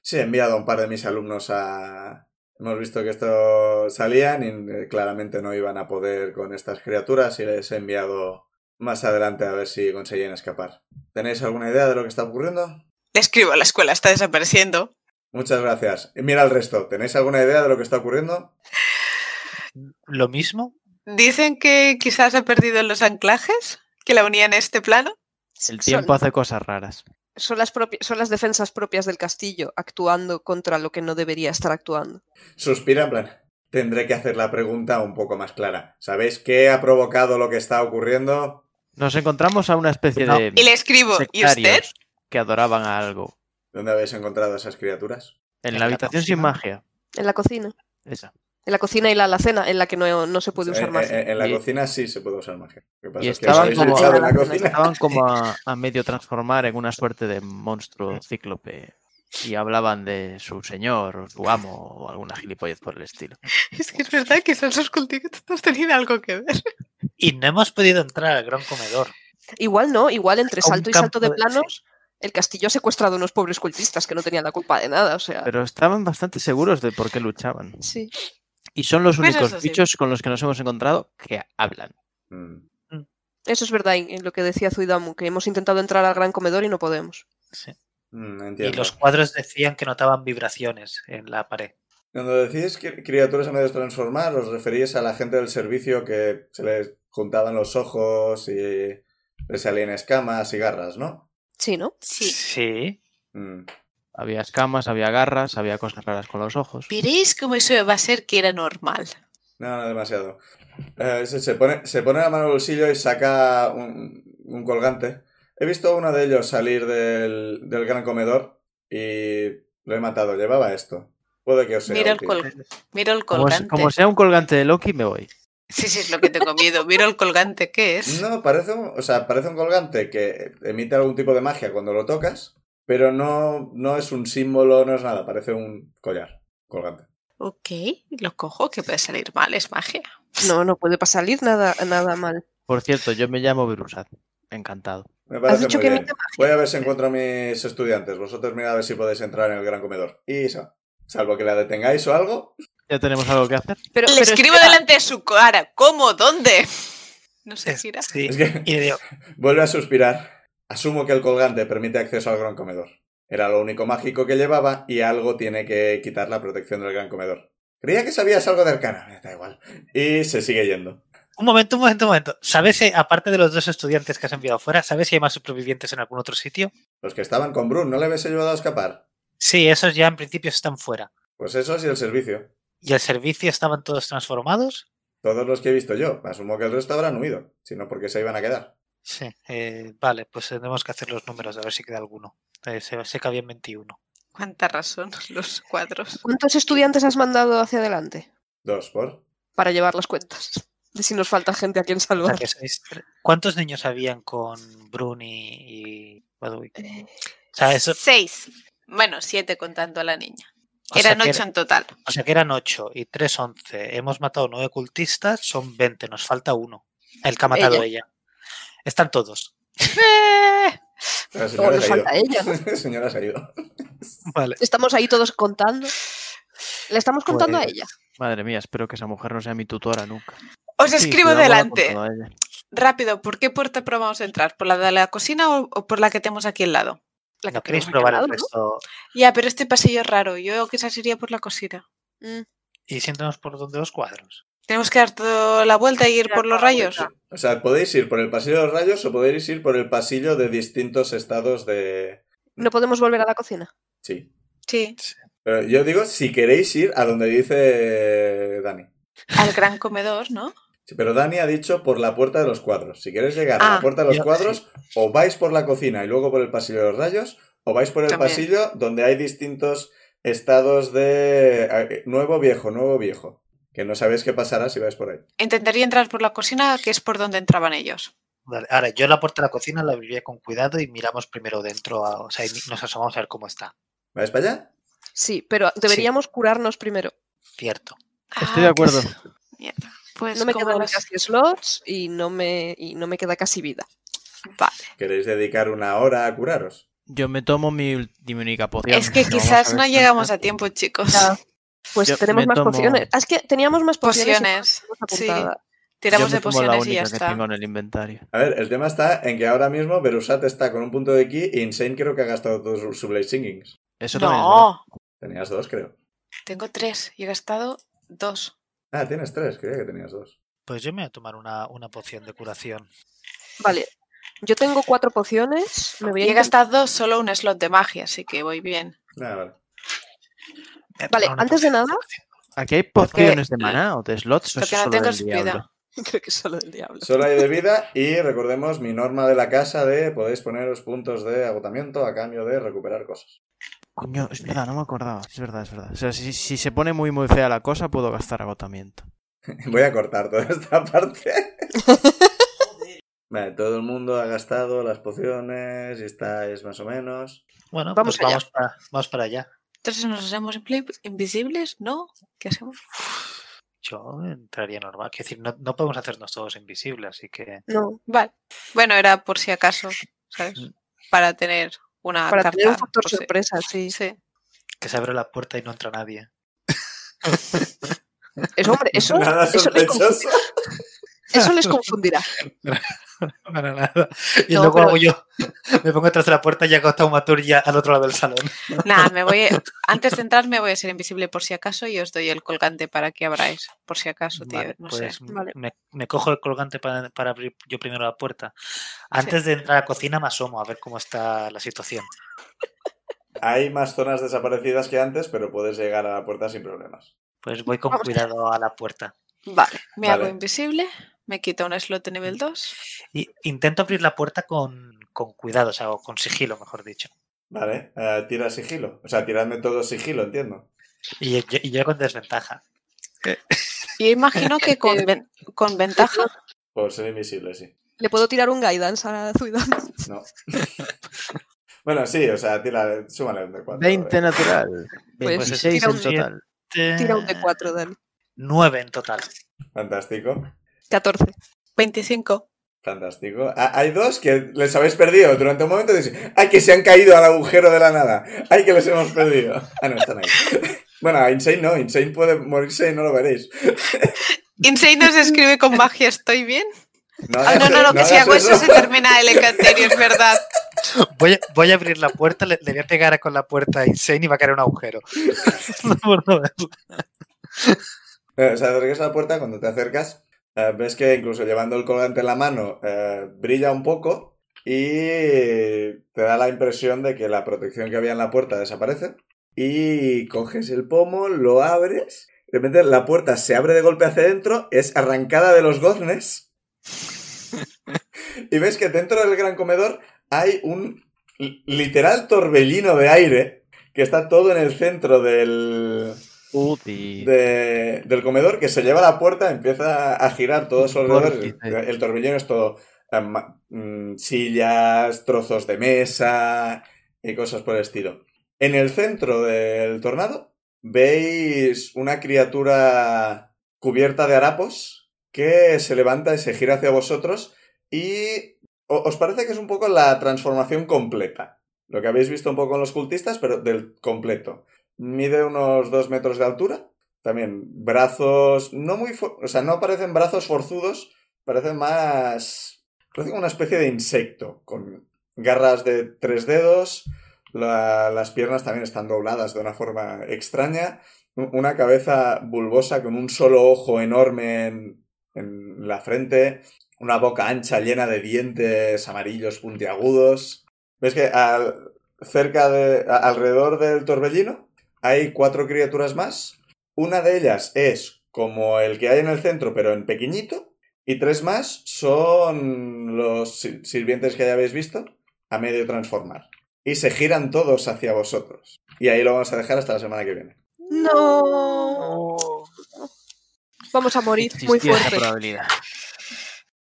S1: Sí, he enviado a un par de mis alumnos a. Hemos visto que esto salían y eh, claramente no iban a poder con estas criaturas y les he enviado más adelante a ver si conseguían escapar. ¿Tenéis alguna idea de lo que está ocurriendo?
S4: Le escribo, la escuela está desapareciendo.
S1: Muchas gracias. Y Mira el resto. ¿Tenéis alguna idea de lo que está ocurriendo?
S3: ¿Lo mismo?
S4: Dicen que quizás ha perdido los anclajes que la unían a este plano.
S5: El tiempo hace cosas raras.
S2: Son las, propi- son las defensas propias del castillo actuando contra lo que no debería estar actuando.
S1: Suspira en plan. Tendré que hacer la pregunta un poco más clara. ¿Sabéis qué ha provocado lo que está ocurriendo?
S5: Nos encontramos a una especie
S3: No.
S5: de
S4: Y le escribo, ¿y usted?
S5: sectarios que adoraban a algo.
S1: ¿Dónde habéis encontrado esas criaturas?
S5: En
S3: En
S5: la
S3: la
S5: habitación sin
S3: cocina.
S5: magia.
S2: En la cocina.
S5: Esa.
S2: En la cocina y la alacena, en la que no, no se puede usar
S1: Eh,
S2: más.
S1: eh, en la
S5: Y-
S1: cocina sí se puede usar magia. Lo que pasa
S5: y
S1: es que
S5: estaban
S1: os habéis
S5: como-
S1: echado en la
S2: Estaban-
S1: cocina.
S5: Estaban como a, a medio transformar en una suerte de monstruo cíclope y hablaban de su señor o su amo o alguna gilipollez por el estilo.
S4: Es que es verdad que son los cultistas tenían algo que ver.
S3: Y no hemos podido entrar al gran comedor.
S2: Igual no, igual entre
S3: A un
S2: salto y salto de
S3: campo de- sí.
S2: planos, el castillo ha secuestrado a unos pobres cultistas que no tenían la culpa de nada, o sea.
S5: Pero estaban bastante seguros de por qué luchaban.
S2: Sí.
S5: Y son los
S4: Pues eso
S5: únicos
S4: sí.
S5: bichos con los que nos hemos encontrado que hablan.
S1: Mm.
S2: Eso es verdad, en en lo que decía Zuidamu, que hemos intentado entrar al gran comedor y no podemos.
S1: Mm,
S3: Y
S1: entiendo.
S3: los cuadros decían que notaban vibraciones en la pared.
S1: Cuando decís que criaturas a medios transformar, os referís a la gente del servicio que se les juntaban los ojos y les salían escamas y garras, ¿no?
S2: Sí, ¿no?
S4: Sí.
S1: Mm.
S5: Había escamas, había garras, había cosas raras con los ojos.
S4: Veréis cómo eso va a ser que era normal.
S1: No, no demasiado. Eh, se, se pone, se pone la mano al bolsillo y saca un, un colgante. He visto a uno de ellos salir del, del gran comedor y lo he matado. Llevaba esto. Puede que os sea
S4: Mira el,
S1: útil.
S4: col- mira el
S5: Como,
S4: colgante.
S5: como sea un colgante de Loki, me voy.
S4: Sí, sí, es lo que tengo miedo. Mira el colgante, ¿qué es?
S1: No, parece un, o sea, parece un colgante que emite algún tipo de magia cuando lo tocas, pero no, no es un símbolo, no es nada, parece un collar, colgante.
S4: Ok, lo cojo, que puede salir mal, es magia.
S2: No, no puede pasar salir nada, nada mal.
S5: Por cierto, yo me llamo Virusat. Encantado.
S1: Me parece
S2: dicho
S1: muy
S2: que
S1: bien.
S2: emite
S1: Voy a ver si encuentro a mis estudiantes. Vosotros mirad a ver si podéis entrar en el gran comedor. Y se va. Salvo que la detengáis o algo.
S5: ¿Ya tenemos algo que hacer?
S2: Pero,
S4: Le
S2: pero
S4: escribo
S2: espera,
S4: delante de su cara. ¿Cómo? ¿Dónde? No se gira.
S3: sí.
S1: Es que
S3: Y le digo,
S1: vuelve a suspirar. Asumo que el colgante permite acceso al gran comedor. Era lo único mágico que llevaba y algo tiene que quitar la protección del gran comedor. Creía que sabías algo de arcana. Eh, Da igual. Y se sigue yendo.
S3: un momento, un momento, un momento. ¿Sabes, si, aparte de los dos estudiantes que has enviado fuera, ¿sabes si hay más supervivientes en algún otro sitio?
S1: Los que estaban con Brun, ¿no le habéis ayudado a escapar?
S3: Sí, esos ya en principio están fuera.
S1: Pues eso y el servicio.
S3: ¿Y el servicio estaban todos transformados?
S1: Todos los que he visto yo. Asumo que el resto habrán huido. Si no, porque se iban a quedar.
S3: Sí. eh, vale, pues tenemos que hacer los números, a ver si queda alguno. Eh, se, se cabían 21.
S4: Cuánta razón los cuadros.
S2: ¿Cuántos estudiantes has mandado hacia adelante
S1: Dos, por.
S2: para llevar las cuentas? De si nos falta gente a quien
S3: O sea
S2: salvar.
S3: que sois tre- ¿Cuántos niños habían con Bruni y Badwick?
S2: Eh,
S3: O sea, eso-
S4: Seis. Bueno, siete contando a la niña.
S3: o sea
S4: Eran
S3: que-
S4: ocho en total.
S3: O sea que eran 8 y 3, 11. Hemos matado 9 cultistas, son 20. Nos falta uno. El que ha matado ella. Están todos.
S4: ¡Eh!
S1: La
S2: No,
S1: señora
S2: le
S1: se ha ido.
S2: falta ella,
S1: La señora se ha ido.
S3: Vale.
S2: Estamos ahí todos contando. Le estamos contando a
S3: Pues-
S2: ella.
S5: Madre mía, espero que esa mujer no sea mi tutora nunca.
S4: Os
S5: Sí,
S4: Pues escribo
S5: cuidado, la
S4: delante.
S5: contaba ella.
S4: Rápido, ¿por qué puerta probamos a entrar? ¿Por la de la cocina o, o por la que tenemos aquí al lado?
S2: La que
S3: No queréis
S2: tenemos aquí
S3: probar
S2: al
S3: el
S2: lado, ¿no?
S3: resto.
S4: Ya, pero este pasillo es raro. Yo quizás iría por la cocina.
S2: Mm,
S3: Y siéntanos por donde los cuadros.
S4: ¿Tenemos que dar toda la vuelta y ir por los rayos?
S1: O sea, podéis ir por el pasillo de los rayos o podéis ir por el pasillo de distintos estados de.
S2: No podemos volver a la cocina.
S1: Sí.
S4: Sí,
S1: Pero yo digo, si queréis ir a donde dice Dani.
S4: al gran comedor, ¿no?
S1: Sí, Pero Dani ha dicho por la puerta de los cuadros. Si queréis llegar a la
S4: Ah.
S1: puerta de los
S3: Yo-
S1: cuadros, o vais por la cocina y luego por el pasillo de los rayos, o vais por el
S4: También.
S1: pasillo donde hay distintos estados de eh, nuevo viejo, nuevo viejo. Que no sabéis qué pasará si vais por ahí.
S4: Intentaría entrar por la cocina, que es por donde entraban ellos.
S3: Vale, Ahora, yo la puerta de la cocina la abriría con cuidado y miramos primero dentro. a- o sea, y nos asomamos a ver cómo está.
S1: ¿Vais para allá?
S2: Sí, pero deberíamos curarnos primero.
S3: Cierto.
S5: Estoy de
S4: Ah, que
S5: acuerdo.
S4: es- Mierda. Pues
S2: No me
S4: como
S2: quedan
S4: los-
S2: casi slots y no me, y no me queda casi vida.
S4: Vale.
S1: ¿Queréis dedicar una hora a curaros?
S5: Yo me tomo mi, ul- mi única poción.
S4: Es que
S5: Vamos a
S4: quizás
S5: ver
S4: no
S5: si
S4: llegamos
S5: está.
S4: a tiempo, chicos.
S2: Ya, Pues
S5: Yo
S2: tenemos
S5: me
S2: más
S5: tomo-
S2: pociones. Ah, Es que teníamos más pociones. y no las tenemos
S4: Pociones, sí.
S2: apuntadas.
S4: Tiramos
S5: Yo me
S4: de
S5: tomo la
S4: pociones y ya
S5: única que
S4: está.
S5: tengo en el inventario.
S1: A ver, el tema está en que ahora mismo Berusat está con un punto de ki y Insane creo que ha gastado todo su, su Blade Singings.
S5: Eso también es verdad.
S4: No,
S1: Tenías dos, creo.
S4: tengo tres y he gastado dos.
S1: Ah, tienes tres, creía que tenías dos.
S3: Pues yo me voy a tomar una, una poción de curación.
S2: Vale. Yo tengo cuatro pociones. Me voy a
S4: Y he
S2: intentar-
S4: gastado solo un slot de magia, así que voy bien.
S1: Ah, vale.
S3: Me voy a
S2: Vale,
S3: tomar Eh, una
S2: antes de
S3: poción
S2: nada,
S3: curación.
S5: Aquí hay pociones de maná o de slots. o
S4: lo
S5: eso
S4: que no
S5: solo
S4: tengo
S5: del
S4: es vida.
S5: diablo.
S2: creo que es solo del diablo.
S1: Solo hay de vida y recordemos mi norma de la casa de podéis poneros puntos de agotamiento a cambio de recuperar cosas.
S5: Coño, es verdad, no me acordaba. Es verdad, es verdad. O sea, si, si se pone muy, muy fea la cosa, puedo gastar agotamiento.
S1: Voy a cortar toda esta parte. Vale, todo el mundo ha gastado las pociones y está es más o menos.
S3: Bueno,
S2: Vamos
S3: vamos,
S2: allá.
S3: vamos, para, vamos para allá.
S4: Entonces nos hacemos impli- invisibles, ¿no? ¿Qué hacemos?
S3: Yo entraría normal. Es decir, no, no podemos hacernos todos invisibles, así que.
S2: No,
S4: Vale. Bueno, era por si acaso, ¿sabes?
S5: Mm.
S4: Para tener una
S2: para
S4: carta.
S2: tener un factor
S4: por si-
S2: sorpresa, sí.
S4: Sí.
S3: Que se abre la puerta y no entra nadie.
S2: Eso, hombre, eso,
S1: Nada
S2: eso les
S1: sospechoso.
S2: confundirá. Eso les confundirá.
S3: Para nada. Y
S2: No,
S3: luego
S2: pero-
S3: hago yo. Me pongo detrás de la puerta y hago hasta una turilla al otro lado del salón.
S4: Nada, me voy. Antes de entrar me voy a ser invisible por si acaso y os doy el colgante para que abráis, por si acaso, tío.
S3: Vale,
S4: no
S3: pues
S4: sé.
S3: m-
S2: Vale.
S3: Me, me cojo el colgante para, para abrir yo primero la puerta. Antes de entrar a la cocina me asomo a ver cómo está la situación.
S1: Hay más zonas desaparecidas que antes, pero puedes llegar a la puerta sin problemas.
S3: Pues voy con
S2: Vamos.
S3: cuidado a la puerta.
S4: Vale, me
S1: Vale.
S4: hago invisible, me quito un slot de nivel 2.
S3: Y intento abrir la puerta con, con cuidado, o sea, o con sigilo, mejor dicho.
S1: Vale, eh, tira sigilo. O sea, tiradme todo sigilo, entiendo.
S3: Y, yo- y yo con desventaja.
S4: Yo imagino que con,
S2: Eh,
S4: ven- con ventaja.
S1: Por ser invisible, sí.
S2: Le puedo tirar un guidance a Zuidan.
S1: No. bueno, sí, o sea, tira, súmale un de cuatro.
S5: 20 natural.
S2: Pues
S5: 26
S2: tira
S5: en
S2: un-
S5: total.
S2: Tira un D4, Dan.
S3: Nueve en total.
S1: Fantástico.
S2: 14.
S4: 25.
S1: Fantástico. Ha- Hay dos que les habéis perdido durante un momento. Dices, ¡ay, que se han caído al agujero de la nada! ¡Ay, que les hemos perdido! Ah, no, están ahí. Bueno, a Insane no. Insane puede morirse y no lo veréis.
S4: Insane nos escribe con magia, ¿estoy bien? Ah,
S1: hagas-
S4: no, no, no, que si
S1: hagas
S4: hago eso se termina el encanterio, es verdad.
S3: Voy a, voy a abrir la puerta, le, le voy a pegar con la puerta a Insane y va a caer un agujero. Por no verlo.
S1: Eh, se acercas a la puerta, cuando te acercas, eh, ves que incluso llevando el colgante en la mano eh, brilla un poco y te da la impresión de que la protección que había en la puerta desaparece. Y coges el pomo, lo abres, de repente la puerta se abre de golpe hacia adentro, es arrancada de los goznes. y ves que dentro del gran comedor hay un li- literal torbellino de aire que está todo en el centro del,
S5: Uti.
S1: de- del comedor que se lleva a la puerta, empieza a girar todo a su alrededor. El,
S5: Vórtice.
S1: el torbellino es todo eh, ma- mm, sillas, trozos de mesa y cosas por el estilo. En el centro del tornado veis una criatura cubierta de harapos que se levanta y se gira hacia vosotros y o- os parece que es un poco la transformación completa. Lo que habéis visto un poco en los cultistas, pero del completo. Mide unos dos metros de altura. También brazos, no muy, for- o sea, no parecen brazos forzudos, parecen más, parece como una especie de insecto, con garras de tres dedos, la- las piernas también están dobladas de una forma extraña, u- una cabeza bulbosa con un solo ojo enorme en, en la frente, una boca ancha llena de dientes amarillos puntiagudos. ¿Ves que al- cerca de, a- alrededor del torbellino hay cuatro criaturas más? Una de ellas es como el que hay en el centro, pero en pequeñito. Y tres más son los sir- sirvientes que ya habéis visto a medio transformar. Y se giran todos hacia vosotros. Y ahí lo vamos a dejar hasta la semana que viene.
S2: No. Vamos a morir muy
S5: Existía esa
S2: fuerte.
S5: probabilidad.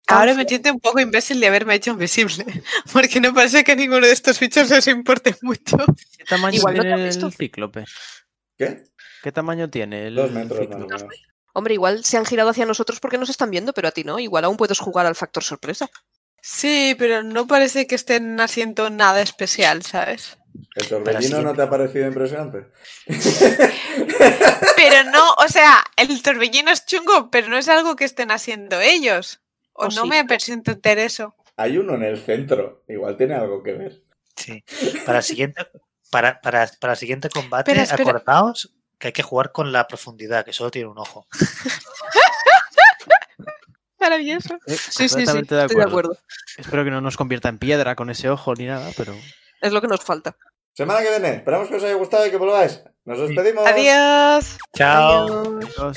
S4: Ahora me siento un poco imbécil de haberme hecho invisible, porque no parece que a ninguno de estos bichos les importe mucho.
S5: ¿Qué tamaño
S2: Igual no te
S5: tiene
S2: han visto.
S5: el cíclope?
S1: ¿Qué?
S5: ¿Qué tamaño tiene el
S1: Dos metros más o
S5: cíclope?
S1: menos.
S2: Hombre, igual se han girado hacia nosotros porque nos están viendo, pero a ti no. Igual aún puedes jugar al factor sorpresa.
S4: Sí, pero no parece que estén haciendo nada especial, ¿sabes?
S1: ¿El
S3: Para la
S1: torbellino
S3: siguiente.
S1: no te ha parecido impresionante?
S4: Pero no, o sea, el torbellino es chungo, pero no es algo que estén haciendo ellos.
S2: Oh,
S4: O no
S2: sí.
S4: me presento enter eso.
S1: Hay uno en el centro. Igual tiene algo que ver.
S3: Sí. Para el siguiente, para, para, para el siguiente combate,
S4: Espera, espera.
S3: acordaos que hay que jugar con la profundidad, que solo tiene un ojo.
S4: Maravilloso.
S5: Eh,
S2: Sí, sí, sí.
S5: completamente de
S2: Estoy de
S5: acuerdo.
S2: acuerdo.
S5: Espero que no nos convierta en piedra con ese ojo ni nada, pero
S2: Es lo que nos falta.
S1: Semana que viene. Esperamos que os haya gustado y que volváis. Nos despedimos.
S4: Adiós.
S3: Chao.
S5: Adiós.